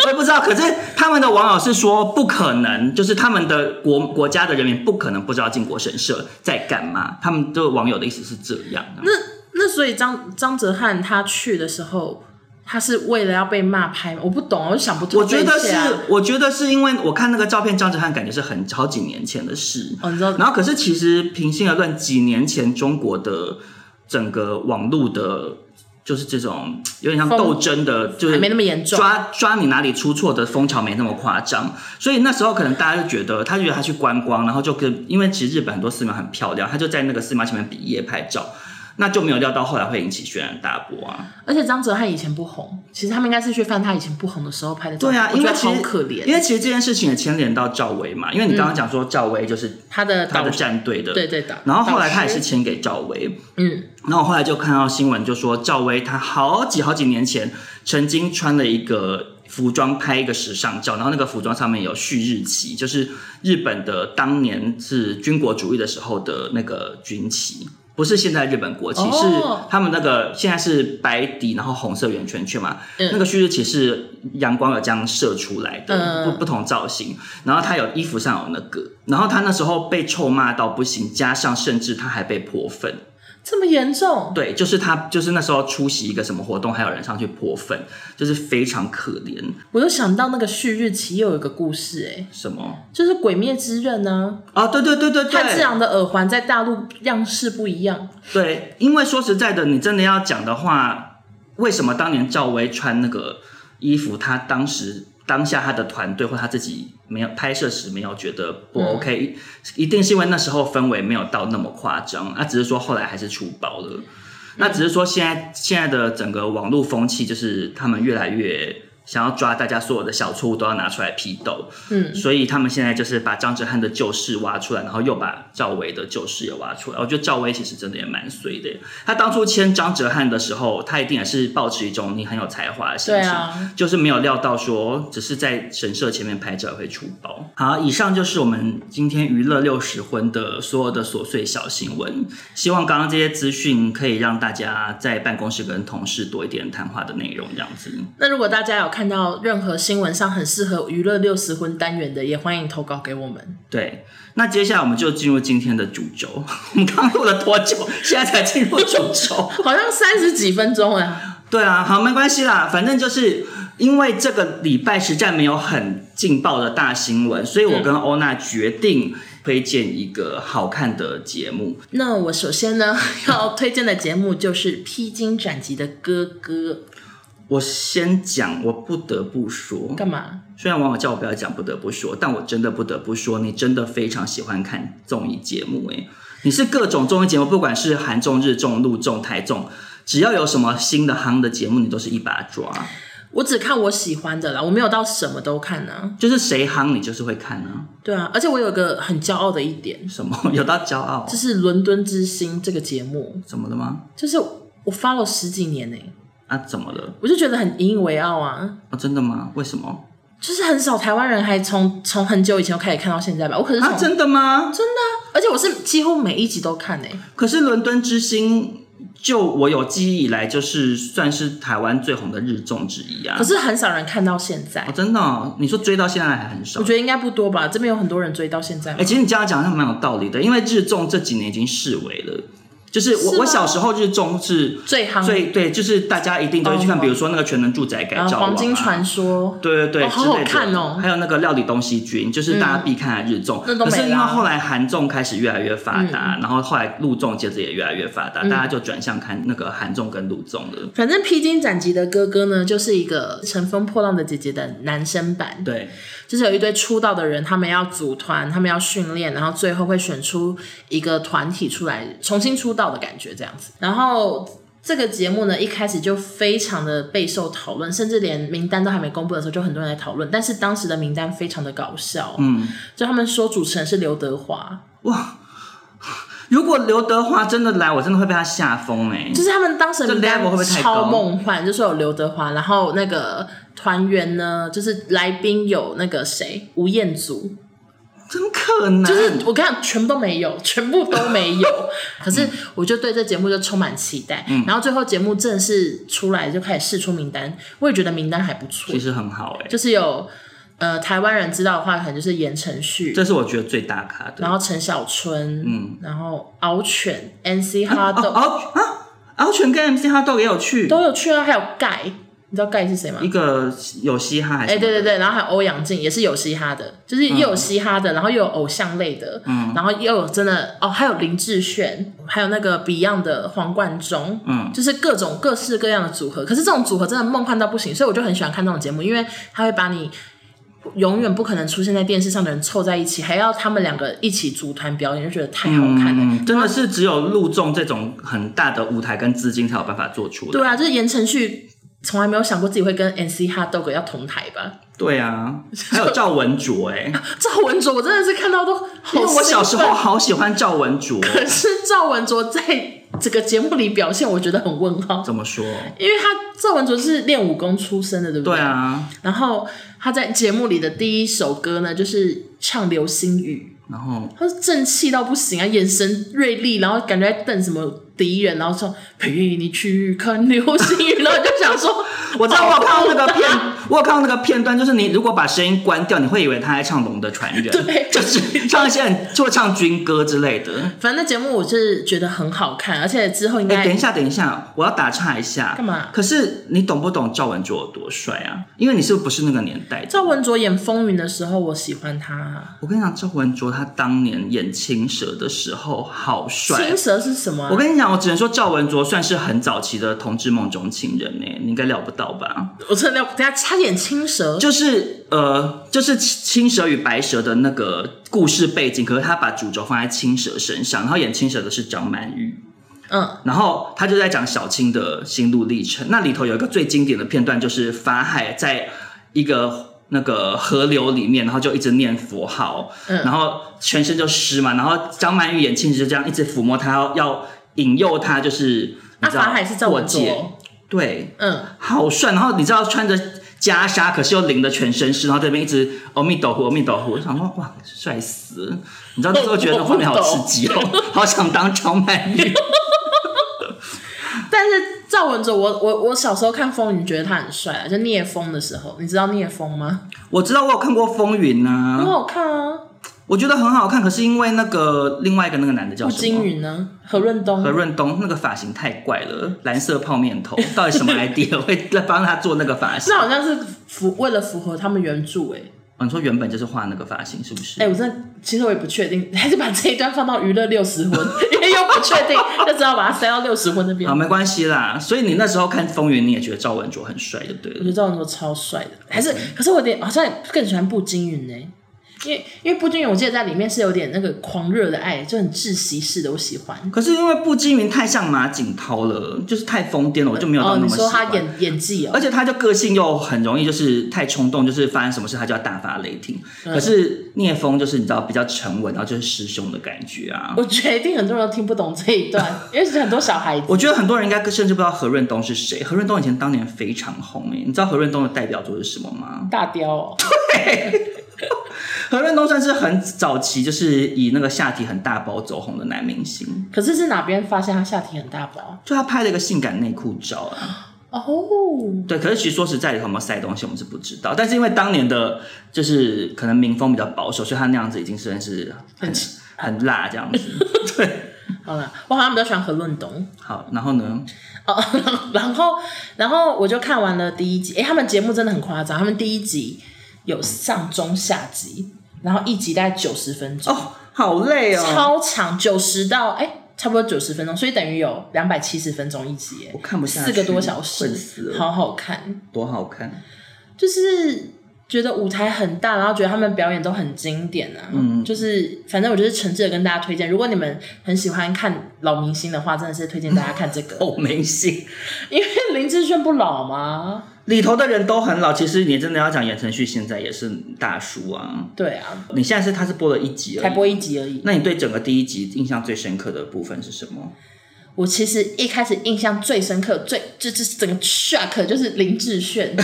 我也不知道，可是他们的网友是说不可能，就是他们的国国家的人民不可能不知道靖国神社在干嘛。他们的网友的意思是这样、啊，
那所以张张哲瀚他去的时候，他是为了要被骂拍吗？我不懂，我就想不通
我
这
觉
一切啊。
得是，我觉得是因为我看那个照片，张哲瀚感觉是很好几年前的事。
哦，你知道
然后，可是其实平心而论，几年前中国的整个网络的，就是这种有点像
风
斗争的，就是
还没那么严重。
抓抓你哪里出错的风潮没那么夸张，所以那时候可能大家就觉得，他就觉得他去观光，然后就跟因为其实日本很多寺庙很漂亮，他就在那个寺庙前面比耶拍照，那就没有料到后来会引起轩然大波啊。
而且张哲瀚以前不红，其实他们应该是去翻他以前不红的时候拍的照
对
片。
啊，
我
因
觉
为
得
其实
好可怜，
因为其实这件事情也牵连到赵薇嘛，因为你刚刚讲说赵薇就是
他的
他
导
的战队的，
对对导，
然后后来
导
他也
师
是签给赵薇，
嗯，
然后我后来就看到新闻，就说赵薇她好几好几年前曾经穿了一个服装拍一个时尚照，然后那个服装上面有旭日旗，就是日本的当年是军国主义的时候的那个军旗。不是现在日本国旗，
哦
是他们那个现在是白底，然后红色圆圈圈嘛。
嗯
那个旭日旗是阳光有这样射出来的，
嗯
不不同造型。然后他有衣服上有那个，然后他那时候被臭骂到不行，加上甚至他还被泼粪。
这么严重，
对，就是他，就是那时候出席一个什么活动，还有人上去泼粪，就是非常可怜。
我就想到那个旭日旗又有一个故事、欸，
什么？
就是《鬼灭之刃》呢，
啊，对对对对
炭治
对，
郎的耳环在大陆样式不一样，
对，因为说实在的，你真的要讲的话，为什么当年赵薇穿那个衣服，她当时当下她的团队或她自己没有拍摄时没有觉得不 OK，、一定是因为那时候氛围没有到那么夸张，那、只是说后来还是出包了。那只是说现在现在的整个网络风气，就是他们越来越想要抓大家所有的小错误都要拿出来批斗，
嗯，
所以他们现在就是把张哲瀚的旧事挖出来，然后又把赵薇的旧事也挖出来。我觉得赵薇其实真的也蛮衰的耶，他当初签张哲瀚的时候，他一定也是抱持一种你很有才华的心
对
情。
啊，
就是没有料到说，只是在神社前面拍照会出包。好，以上就是我们今天娱乐六十婚的所有的琐碎小新闻。希望刚刚这些资讯可以让大家在办公室跟同事多一点谈话的内容，这样子。
那如果大家有看到任何新闻上很适合娱乐六十婚单元的，也欢迎投稿给我们。
对，那接下来我们就进入今天的主轴。 我们刚录了多久？现在才进入主轴？
好像三十几分钟啊，
对啊，好，没关系啦，反正就是因为这个礼拜实在没有很劲爆的大新闻，所以我跟欧娜决定推荐一个好看的节目。
那我首先呢 要推荐的节目就是《披荆斩棘的哥哥
我先讲，我不得不说》，，
干嘛？
虽然网友叫我不要讲，不得不说，但我真的不得不说，你真的非常喜欢看综艺节目诶、你是各种综艺节目，不管是韩综、日综、陆综、台综，只要有什么新的夯的节目，你都是一把抓，
我只看我喜欢的啦，我没有到什么都看啊。
就是谁夯你就是会看啊。
对啊，而且我有个很骄傲的一点，
什么 有到骄傲？
就是《伦敦之星》这个节目，
怎么了吗？
就是我 follow 十几年呢、欸
啊，怎么了？
我就觉得很引以为傲啊。
啊，真的吗？为什么？
就是很少台湾人还从从很久以前就开始看到现在吧，我可是从、
啊，真的吗？
真的啊、而且我是几乎每一集都看呢、欸
可是《伦敦之星》就我有记忆以来，就是算是台湾最红的日综之一啊
可。是很少人看到现在，
哦，真的、哦，你说追到现在还很少
我。觉得应该不多吧，这边有很多人追到现在
哎、
嘛。
其实你这样讲还蛮有道理的，因为日综这几年已经视为了，就是我
是吗
我小时候日综是
最夯
最对，就是大家一定都会去看，
哦
比如说那个《全能住宅改
然
造
后
王、啊》
黄金传说，
对对对，
哦好
之类的
好看哦嗯
还有那个料理东西君，就是大家必看的日综。
那都
可是
没
因为
啦嗯
后来韩综开始越来越发达，然后后来陆综接着也越来越发达，大家就转向看那个韩综跟陆综了。
反正《披荆斩棘的哥哥》呢，就是一个乘风破浪的姐姐的男生版，
对，
就是有一堆出道的人，他们要组团，他们要训练，然后最后会选出一个团体出来重新出道的感觉这样子。然后这个节目呢，一开始就非常的备受讨论，甚至连名单都还没公布的时候，就很多人来讨论。但是当时的名单非常的搞笑，嗯，就他们说主持人是刘德华，
如果刘德华真的来，我真的会被他吓疯哎
就。是他们当时的名单
这 level 会不会太高
超梦幻，就说有刘德华，然后那个团员呢，就是来宾有那个谁吴彦祖，
怎么可能？
就是我跟你讲，全部都没有， 全部都没有。可是我就对这节目就充满期待。
嗯
然后最后节目正式出来就开始试出名单，我也觉得名单还不错
其，实很好哎、
就是有呃台湾人知道的话，可能就是言承旭，
这是我觉得最大咖的。
然后陈小春，嗯，然后敖犬、NC 哈
哦
豆、
敖啊，敖犬跟 MC 哈豆也有去。
都有去啊，还有盖，你知道盖是谁吗
一？个有嘻哈还是
哎，
什么
对
的？嗯
对对，然后还有欧阳靖，也是有嘻哈的，就是又有嘻哈的，然后又有偶像类的，嗯，然后又有真的哦，还有林志炫，还有那个 Beyond 的黄贯中，
嗯，
就是各种各式各样的组合。可是这种组合真的梦幻到不行，所以我就很喜欢看这种节目，因为它会把你永远不可能出现在电视上的人凑在一起，还要他们两个一起组团表演，就觉得太好看了。
嗯，真的是只有陆众这种很大的舞台跟资金才有办法做出的。
对啊，就是言承旭从来没有想过自己会跟 NC Hot Dog 要同台吧？
对啊，还有赵文卓哎、
赵文卓，我真的是看到都
因
好
为我小时
兴
候
奋
好喜欢赵文卓，
可是赵文卓在这个节目里表现，我觉得很问号，
怎么说？
因为他赵文卓是练武功出身的，对不
对啊，
然后他在节目里的第一首歌呢，就是唱《流星雨
然后》，
他是正气到不行啊，眼神锐利，然后感觉在瞪什么敌人，然后说陪你去看流星雨，然后你就想说，
我知道我有看到那个片，我有看到那个片段，就是你如果把声音关掉，你会以为他在唱《龙的传人》，
对
就是唱一些很就会唱军歌之类的。
反正那节目我是觉得很好看，而且之后应
哎、
该
等一下，等一下，我要打岔一下。
干嘛
可是你懂不懂赵文卓有多帅啊？因为你是不是那个年代的？
赵文卓演风云的时候，我喜欢他啊。
我跟你讲，赵文卓他当年演青蛇的时候好帅
青。蛇是什么啊、
我跟你讲，我只能说赵文卓算是很早期的同志梦中情人呢、欸你应该料不到吧？
我真的，等一下差点青蛇，
就是呃，就是青蛇与白蛇的那个故事背景，可是他把主轴放在青蛇身上，然后演青蛇的是张曼玉，
嗯，
然后他就在讲小青的心路历程。那里头有一个最经典的片段，就是法海在一个那个河流里面，然后就一直念佛号，
嗯
然后全身就湿嘛，然后张曼玉演青蛇就这样一直抚摸他，要要引诱他，就是你
那
知道
啊法海是赵文
过界
卓，
对，
嗯，
好帅，然后你知道穿着袈裟，可是又淋得全身湿，然后这边一直阿弥陀佛，阿弥陀佛，我想说哇，帅死了！你知道那时候觉得画面好刺激 哦，好想当张曼玉。
但是赵文卓，我我我小时候看《风云》觉得他很帅啊，就聂风的时候，你知道聂风吗？
我知道我有看过《风云》
很
啊，
好看啊，
我觉得很好看，可是因为那个另外一个那个男的叫
顾
什
哦金
么？
云呢，何润东
何，润东那个发型太怪了，蓝色泡面 头，到底什么 idea 会帮他做那个发型
这？好像是符为了符合他们原著哎、欸，
哦你说原本就是画那个发型是不是？
哎、我真的其实我也不确定，还是把这一段放到娱乐六十分， 因为又不确定，就只好把它塞到六十分那边
好，。没关系啦。所以你那时候看《风云》，你也觉得赵文卓很帅，就对了
我觉。得赵文卓超帅的，还是可是我有点好像更喜欢步惊云呢、欸因为因为步惊云我记得在里面是有点那个狂热的爱，就很窒息式的，我喜欢。
可是因为步惊云太像马景涛了，就是太疯癫了，我就没有到
哦，
那
你
么喜
说
欢。
他演演技哦
而，且他就个性又很容易就是太冲动，就是发生什么事他就要大发雷霆。
嗯
可是聂风就是你知道比较沉稳，然后就是师兄的感觉啊。
我觉得一定很多人都听不懂 这一段，因为是很多小孩子。
我觉得很多人应该甚至不知道何润东是谁。何润东以前当年非常红欸诶，你知道何润东的代表作是什么吗？
大雕哦，
何润东算是很早期就是以那个下体很大包走红的男明星，
可是是哪边发现他下体很大包？
就他拍了一个性感内裤照啊。
哦，
对，可是其实说实在，有没有塞东西我们是不知道。但是因为当年的，就是可能民风比较保守，所以他那样子已经算是很很辣这样子。
好了，我好像比较喜欢何润东
好，然后呢？
哦。 然后，然后我就看完了第一集，诶，他们节目真的很夸张，他们第一集有上中下集，然后一集大概九十分钟，
哦，好累哦，
超长，九十到诶，差不多九十分钟，所以等于有两百七十分钟一集，诶
我，看不下去，
四个多小
困死
时，
了，
好好看。
多好看。
就是觉得舞台很大，然后觉得他们表演都很经典啊。嗯，就是反正我就是诚挚的跟大家推荐，如果你们很喜欢看老明星的话，真的是推荐大家看这个，
哦，明星
因为林志炫不老吗？
里头的人都很老，其实你真的要讲言承旭现在也是大叔啊。
对啊，
你现在是他是播了一集而
才
已，
播一集而已。
那你对整个第一集印象最深刻的部分是什么？
我其实一开始印象最深刻、最就就是整个 shock 就是林志炫。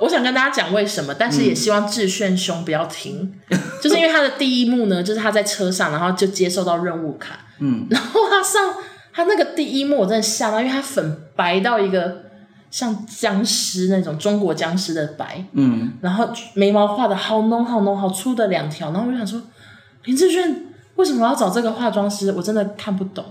我想跟大家讲为什么，但是也希望志炫兄不要听，就是因为他的第一幕呢，就是他在车上，然后就接受到任务卡，嗯， 然后他上他那个第一幕我真的吓到，因为他粉白到一个像僵尸那种中国僵尸的白，
嗯，
然后眉毛画的好浓好浓好粗的两条，然后我就想说林志炫为什么要找这个化妆师，我真的看不懂。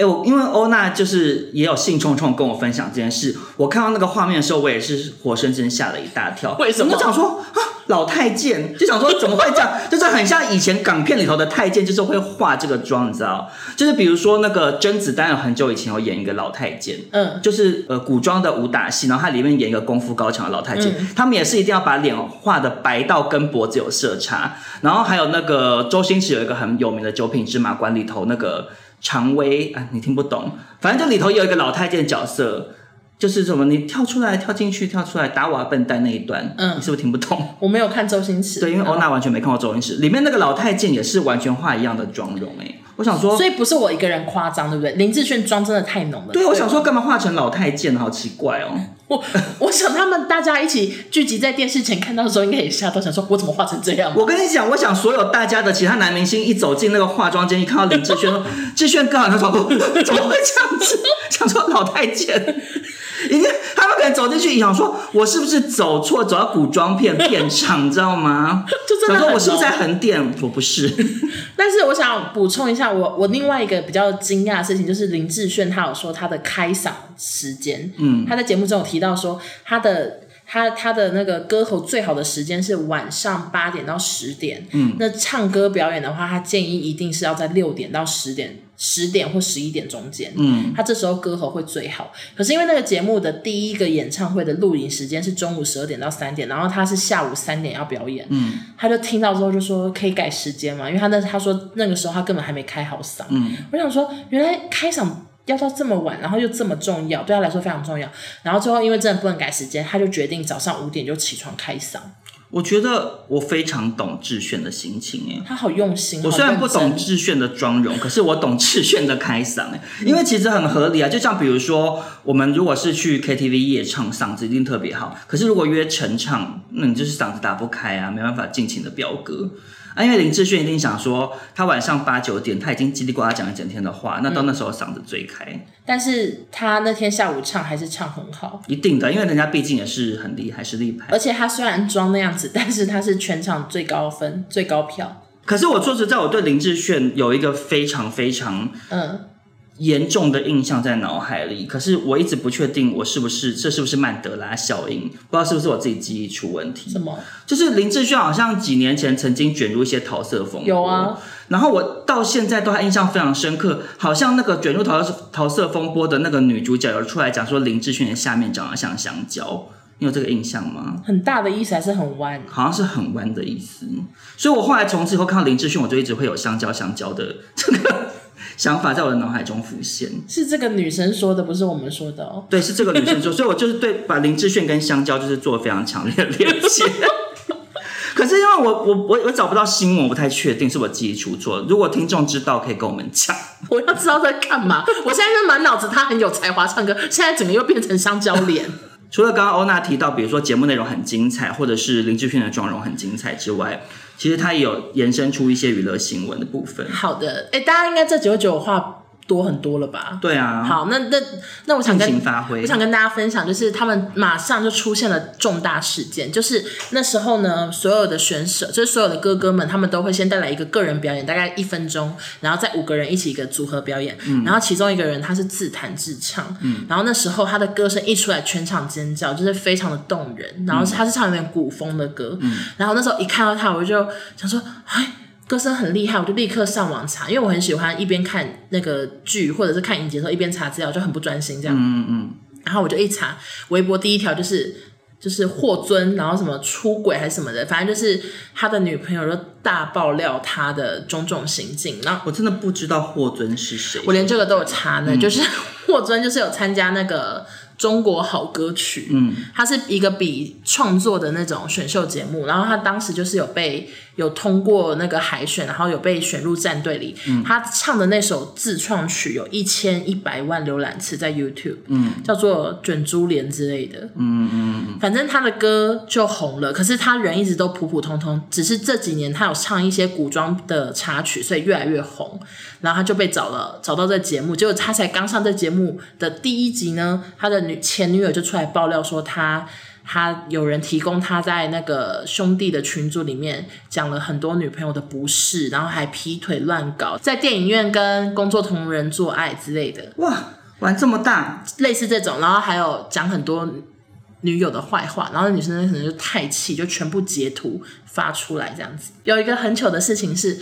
哎、哎，我因为欧娜就是也有兴冲冲跟我分享这件事，我看到那个画面的时候，我也是活生生吓了一大跳。
为什么
我想说啊，老太监，就想说怎么会这样？ 就是很像以前港片里头的太监，就是会化这个妆，你知道？就是比如说那个甄子丹，很久以前有演一个老太监，
嗯，
就是呃古装的武打戏，然后它里面演一个功夫高强的老太监，他们也是一定要把脸画的白到跟脖子有色差。然后还有那个周星驰有一个很有名的《九品芝麻官》里头那个常威啊，你听不懂，反正就里头有一个老太监角色。就是什么，你跳出来，跳进去，跳出来，打我啊笨蛋那一段，
嗯
你是不是听不懂？
我没有看周星驰，
对，因为欧娜完全没看过周星驰，
嗯
里面那个老太监也是完全画一样的妆容、欸，我想说
所，以不是我一个人夸张，对不对？林志炫妆真的太浓了。
对，我想说干嘛画成老太监，好奇怪哦。
我我想他们大家一起聚集在电视前看到的时候，应该也吓到，想说我怎么画成这样？
我跟你讲，我想所有大家的其他男明星一走进那个化妆间，一看到林志炫 说，志炫哥好像说 怎么会这样子？想说老太监， 因为他们可能走进去想说，我是不是走错，走到古装片片场，你知道吗？
就真
想
的很
说我是不是
浓
在横店？我不是，
但是我想补充一下，我我另外一个比较惊讶的事情就是林志炫他有说他的开嗓时间，嗯，他在节目中有提到说他的。他他的那个歌喉最好的时间是晚上八点到十点，嗯，那唱歌表演的话，他建议一定是要在六点到十点、十点或十一点中间，嗯，他这时候歌喉会最好。可是因为那个节目的第一个演唱会的录影时间是中午十二点到三点，然后他是下午三点要表演，嗯，他就听到之后就说可以改时间嘛，因为他那他说那个时候他根本还没开好嗓。嗯，我想说原来开嗓要到这么晚，然后又这么重要，对他来说非常重要。然后最后因为真的不能改时间，他就决定早上五点就起床开嗓。
我觉得我非常懂志炫的心情哎。
他好用心，
我
好
虽然不
认真
懂志炫的妆容，可是我懂志炫的开嗓、欸，因为其实很合理啊。就像比如说，我们如果是去 KTV 夜唱，嗓子一定特别好。可是如果约晨唱，那你就是嗓子打不开啊，没办法尽情的飙歌。啊，因为林志炫一定想说，他晚上八九点他已经叽里呱啦讲一整天的
嗯
话，那到那时候嗓子最开，
但是他那天下午唱还是唱很好。
一定的，因为人家毕竟也是很厉害，实力派。
而且他虽然装那样子，但是他是全场最高分、最高票。
可是我说实在，我对林志炫有一个非常非常
嗯，
严重的印象在脑海里，可是我一直不确定我是不是这是不是曼德拉效应，不知道是不是我自己记忆出问题
什。么？
就是林志炫好像几年前曾经卷入一些桃色风波，
有啊，
然后我到现在对他印象非常深刻，好像那个卷入桃色桃色风波的那个女主角有出来讲说林志炫的下面长得像香蕉，你有这个印象吗？
很大的意思还是很弯。
好像是很弯的意思，所以我后来从此以后看到林志炫，我就一直会有香蕉香蕉的这个 想法在我的脑海中浮现。
是这个女生说的，不是我们说的哦。
对，是这个女生 说，所以我就是对把林志炫跟香蕉就是做了非常强烈的连接。 可是因为我我我我找不到新闻，我不太确定是我记忆出错。如果听众知道，可以跟我们讲。
我要知道在干嘛。我现在就满脑子他很有才华唱歌，现在整个又变成香蕉脸。
除了刚刚欧娜提到，比如说节目内容很精彩，或者是林志炫的妆容很精彩之外，其实他也有延伸出一些娱乐新闻的部分。
好的，哎、大家应该这九九话多很多了吧？
对啊，
好，那那那我想
尽
跟
情发挥
我。想跟大家分享，就是他们马上就出现了重大事件，就是那时候呢，所有的选手，就是所有的哥哥们，他们都会先带来一个个人表演，大概一分钟，然后再五个人一起一个组合表演，
嗯
然后其中一个人他是自弹自唱，然后那时候他的歌声一出来，全场尖叫，就是非常的动人，然后
嗯
他是唱有点古风的歌，然后那时候一看到他，我就想说，哎。歌声很厉害，我就立刻上网查，因为我很喜欢一边看那个剧或者是看影集的时候一边查资料，就很不专心这样。
嗯嗯，
然后我就一查，微博第一条就是就是霍尊，然后什么出轨还是什么的，反正就是他的女朋友就大爆料他的种种行径，然后。
我真的不知道霍尊是谁。
我连这个都有查呢，就是 霍尊就是有参加那个中国好歌曲，嗯，他是一个比创作的那种选秀节目，然后他当时就是有被有通过那个海选，然后有被选入战队里，他唱的那首自创曲有一千一百万浏览次在 YouTube，嗯，叫做卷珠帘之类的，反正他的歌就红了，可是他人一直都普普通通，只是这几年他有唱一些古装的插曲，所以越来越红。然后他就被找了，找到这节目，结果他才刚上这节目的第一集呢，他的女前女友就出来爆料说他。他有人提供他在那个兄弟的群组里面讲了很多女朋友的不是，然后还劈腿乱搞，在电影院跟工作同仁做爱之类的，
哇，玩这么大，
类似这种，然后还有讲很多女友的坏话，然后女生可能就太气，就全部截图发出来这样子。有一个很糗的事情是，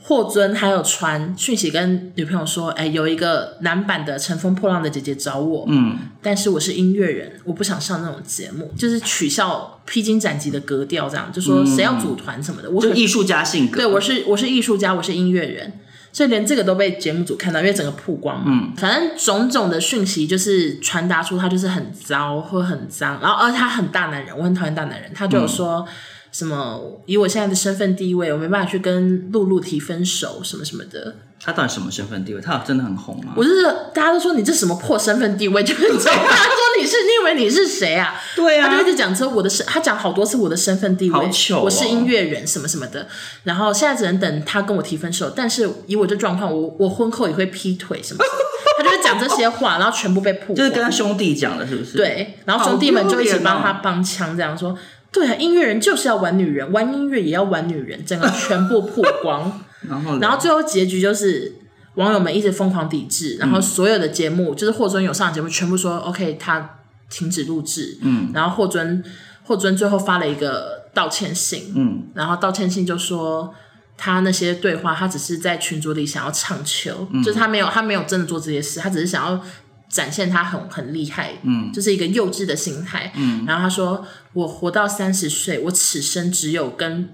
霍尊还有传讯息跟女朋友说：“哎，有一个男版的《乘风破浪的姐姐》找我，
嗯，
但是我是音乐人，我不想上那种节目，就是取笑披荆斩棘的格调，这样就说谁要组团什么的，我
就
很
艺术家性格，
对，我是我是艺术家，我是音乐人，所以连这个都被节目组看到，因为整个曝光嘛。嗯，反正种种的讯息就是传达出他就是很糟或很脏，然后而且他很大男人，我很讨厌大男人，他就有说。什么？以我现在的身份地位，我没办法去跟露露提分手，什么什么的。
他到底什么身份地位？他有真的很红吗？
我就是大家都说你这什么破身份地位，就是这样。 他说你是，你以为你是谁啊？
对
他就一直讲说我的身，他讲好多次我的身份地位，
好糗哦
我是音乐人什么什么的。然后现在只能等他跟我提分手，但是以我这状况，我我婚后也会劈腿什么 什么的他就会讲这些话，然后全部被曝
就是跟他
光。
兄弟讲的，是不是？，
对，然后兄弟们就一起
好
帮他
丢脸哦
帮腔，这样说。对啊，音乐人就是要玩女人，玩音乐也要玩女人，整个全部曝光。
然后呢
然后最后结局就是网友们一直疯狂抵制，然后所有的节目、就是霍尊有上的节目，全部说 OK，他停止录制。嗯，然后霍尊霍尊最后发了一个道歉信，
嗯，
然后道歉信就说。他那些对话，他只是在群组里想要唱秋，就是他没有他没有真的做这些事，他只是想要展现他很很厉害，嗯，就是一个幼稚的心态，嗯。然后他说：“我活到三十岁，我此生只有跟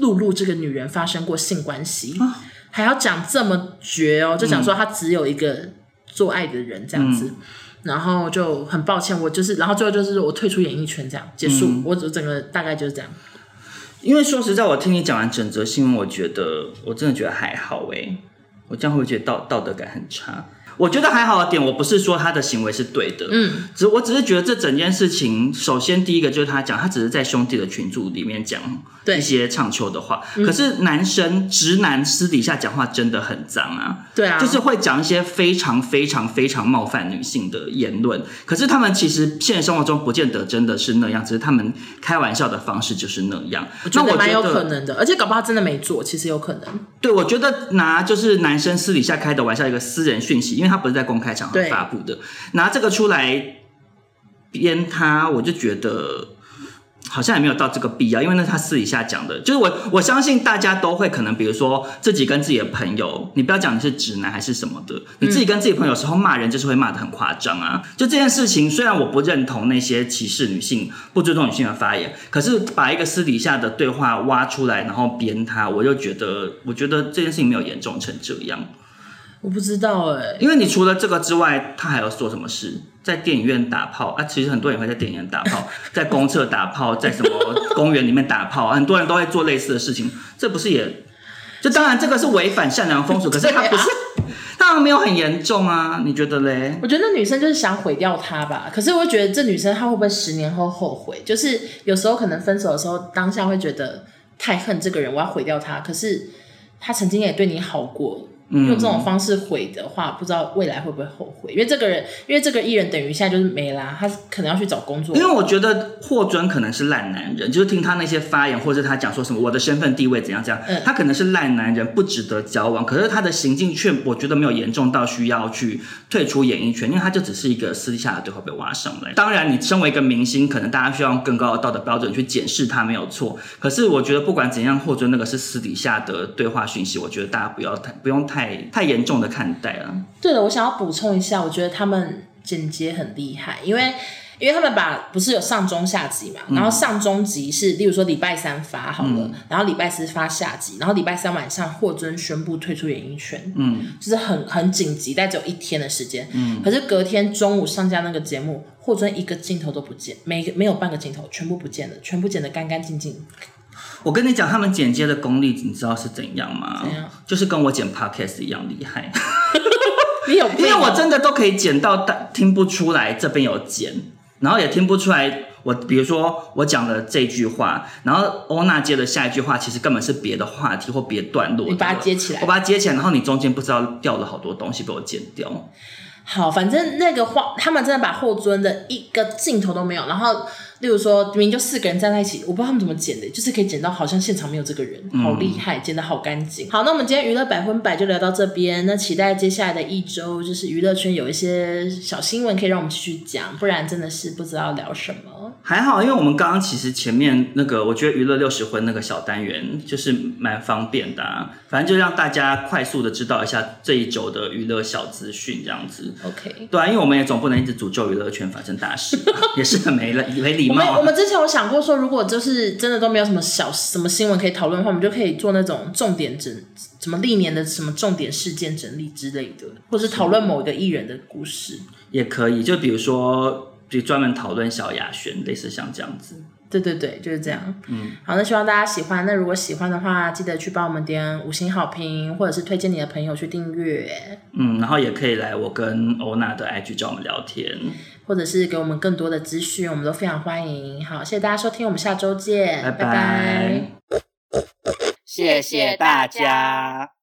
露露这个女人发生过性关系，还要讲这么绝哦，就讲说他只有一个做爱的人这样子。然后就很抱歉，我就是，然后最后就是我退出演艺圈，这样结束，我整个大概就是这样。
因为说实在，我听你讲完整则新闻，我觉得我真的觉得还好诶、我这样会不会觉得道道德感很差？我觉得还好的啊点，我不是说他的行为是对的，
嗯，
只我只是觉得这整件事情，首先第一个就是他讲，他只是在兄弟的群组里面讲
对嗯
一些唱秋的话，可是男生直男私底下讲话真的很脏啊，
对啊，
就是会讲一些非常非常非常冒犯女性的言论。可是他们其实现实生活中不见得真的是那样，只是他们开玩笑的方式就是那样。
觉
那
得
我
蛮有
觉
可
得，
能的，而且搞不好他真的没做，其实有可能。
对我觉得拿就是男生私底下开的玩笑，一个私人讯息，因为他不是在公开场合
对
发布的，拿这个出来编他，我就觉得。好像也没有到这个必要，因为那是他私底下讲的，就是我我相信大家都会可能，比如说自己跟自己的朋友，你不要讲你是直男还是什么的，你自己跟自己朋友有时候骂人就是会骂的很夸张啊。就这件事情，虽然我不认同那些歧视女性、不尊重女性的发言，可是把一个私底下的对话挖出来，然后编他，我就觉得，我觉得这件事情没有严重成这样。
我不知道哎、
呃因为你除了这个之外，他还要做什么事？在电影院打炮啊，其实很多人会在电影院打炮，在公厕打炮，在什么公园里面打炮，很多人都会做类似的事情。这不是也？就当然这个是违反善良风俗，可是他不是，当然没有很严重啊。你觉得嘞？
我觉得那女生就是想毁掉他吧，可是我觉得这女生她会不会十年后后悔？就是有时候可能分手的时候，当下会觉得太恨这个人，我要毁掉他。可是他曾经也对你好过，用这种方式毁的话，不知道未来会不会后悔？因为这个人，因为这个艺人等于现在就是没啦，他可能要去找工作
因。为我觉得霍尊可能是烂男人，就是听他那些发言，或者他讲说什么我的身份地位怎样怎样，
嗯
他可能是烂男人，不值得交往。可是他的行径却我觉得没有严重到需要去退出演艺圈，因为他就只是一个私底下的对话被挖上来。当然，你身为一个明星，可能大家需要用更高的道德标准去检视他没有错。可是我觉得不管怎样，霍尊那个是私底下的对话讯息，我觉得大家不要太不用太太严重的看待啊了。
对了，我想要补充一下，我觉得他们剪接很厉害，因为因为他们把不是有上中下集嘛，然后
嗯
上中集是例如说礼拜三发好了，然后礼拜四发下集，然后礼拜三晚上霍尊宣布退出演艺圈，
嗯，
就是很很紧急，但只有一天的时间，嗯，可是隔天中午上架那个节目，霍尊一个镜头都不见，没没有半个镜头，全部不见了，全部剪得干干净净，
我跟你讲，他们剪接的功力，你知道是怎样吗？
怎样
就是跟我剪 podcast 一样厉害。
你有
因
病
为我
吗
真的都可以剪到，但听不出来这边有剪，然后也听不出来我，比如说我讲了这句话，然后欧娜接的下一句话，其实根本是别的话题或别段落的。
你把它接起来
我把它接起来，然后你中间不知道掉了好多东西被我剪掉。
好，反正那个话，他们真的把霍尊的一个镜头都没有，然后例如说，明明就四个人站在一起，我不知道他们怎么剪的，就是可以剪到好像现场没有这个人，好厉害，剪得好干净。好，那我们今天娱乐百分百就聊到这边，那期待接下来的一周，就是娱乐圈有一些小新闻可以让我们继续讲，不然真的是不知道聊什么。
还好，因为我们刚刚其实前面那个，我觉得娱乐六十分那个小单元就是蛮方便的、啊，反正就让大家快速的知道一下这一周的娱乐小资讯这样子。
OK，
对啊，因为我们也总不能一直诅咒娱乐圈发生大事， 也是很没礼没礼
我
貌
们
啊、
我们之前有想过说，如果就是真的都没有什么小什么新闻可以讨论的话，我们就可以做那种重点整什么历年的什么重点事件整理之类的，或是讨论某一个艺人的故事。
也可以，就比如说，就专门讨论萧亚轩，类似像这样子。
对对对，就是这样。嗯，好，那希望大家喜欢。那如果喜欢的话，记得去帮我们点五星好评，或者是推荐你的朋友去订阅，
嗯，然后也可以来我跟欧娜的 IG 找我们聊天。
或者是给我们更多的资讯，我们都非常欢迎。好，谢谢大家收听，我们下周见，
拜
拜拜
拜，谢谢大家。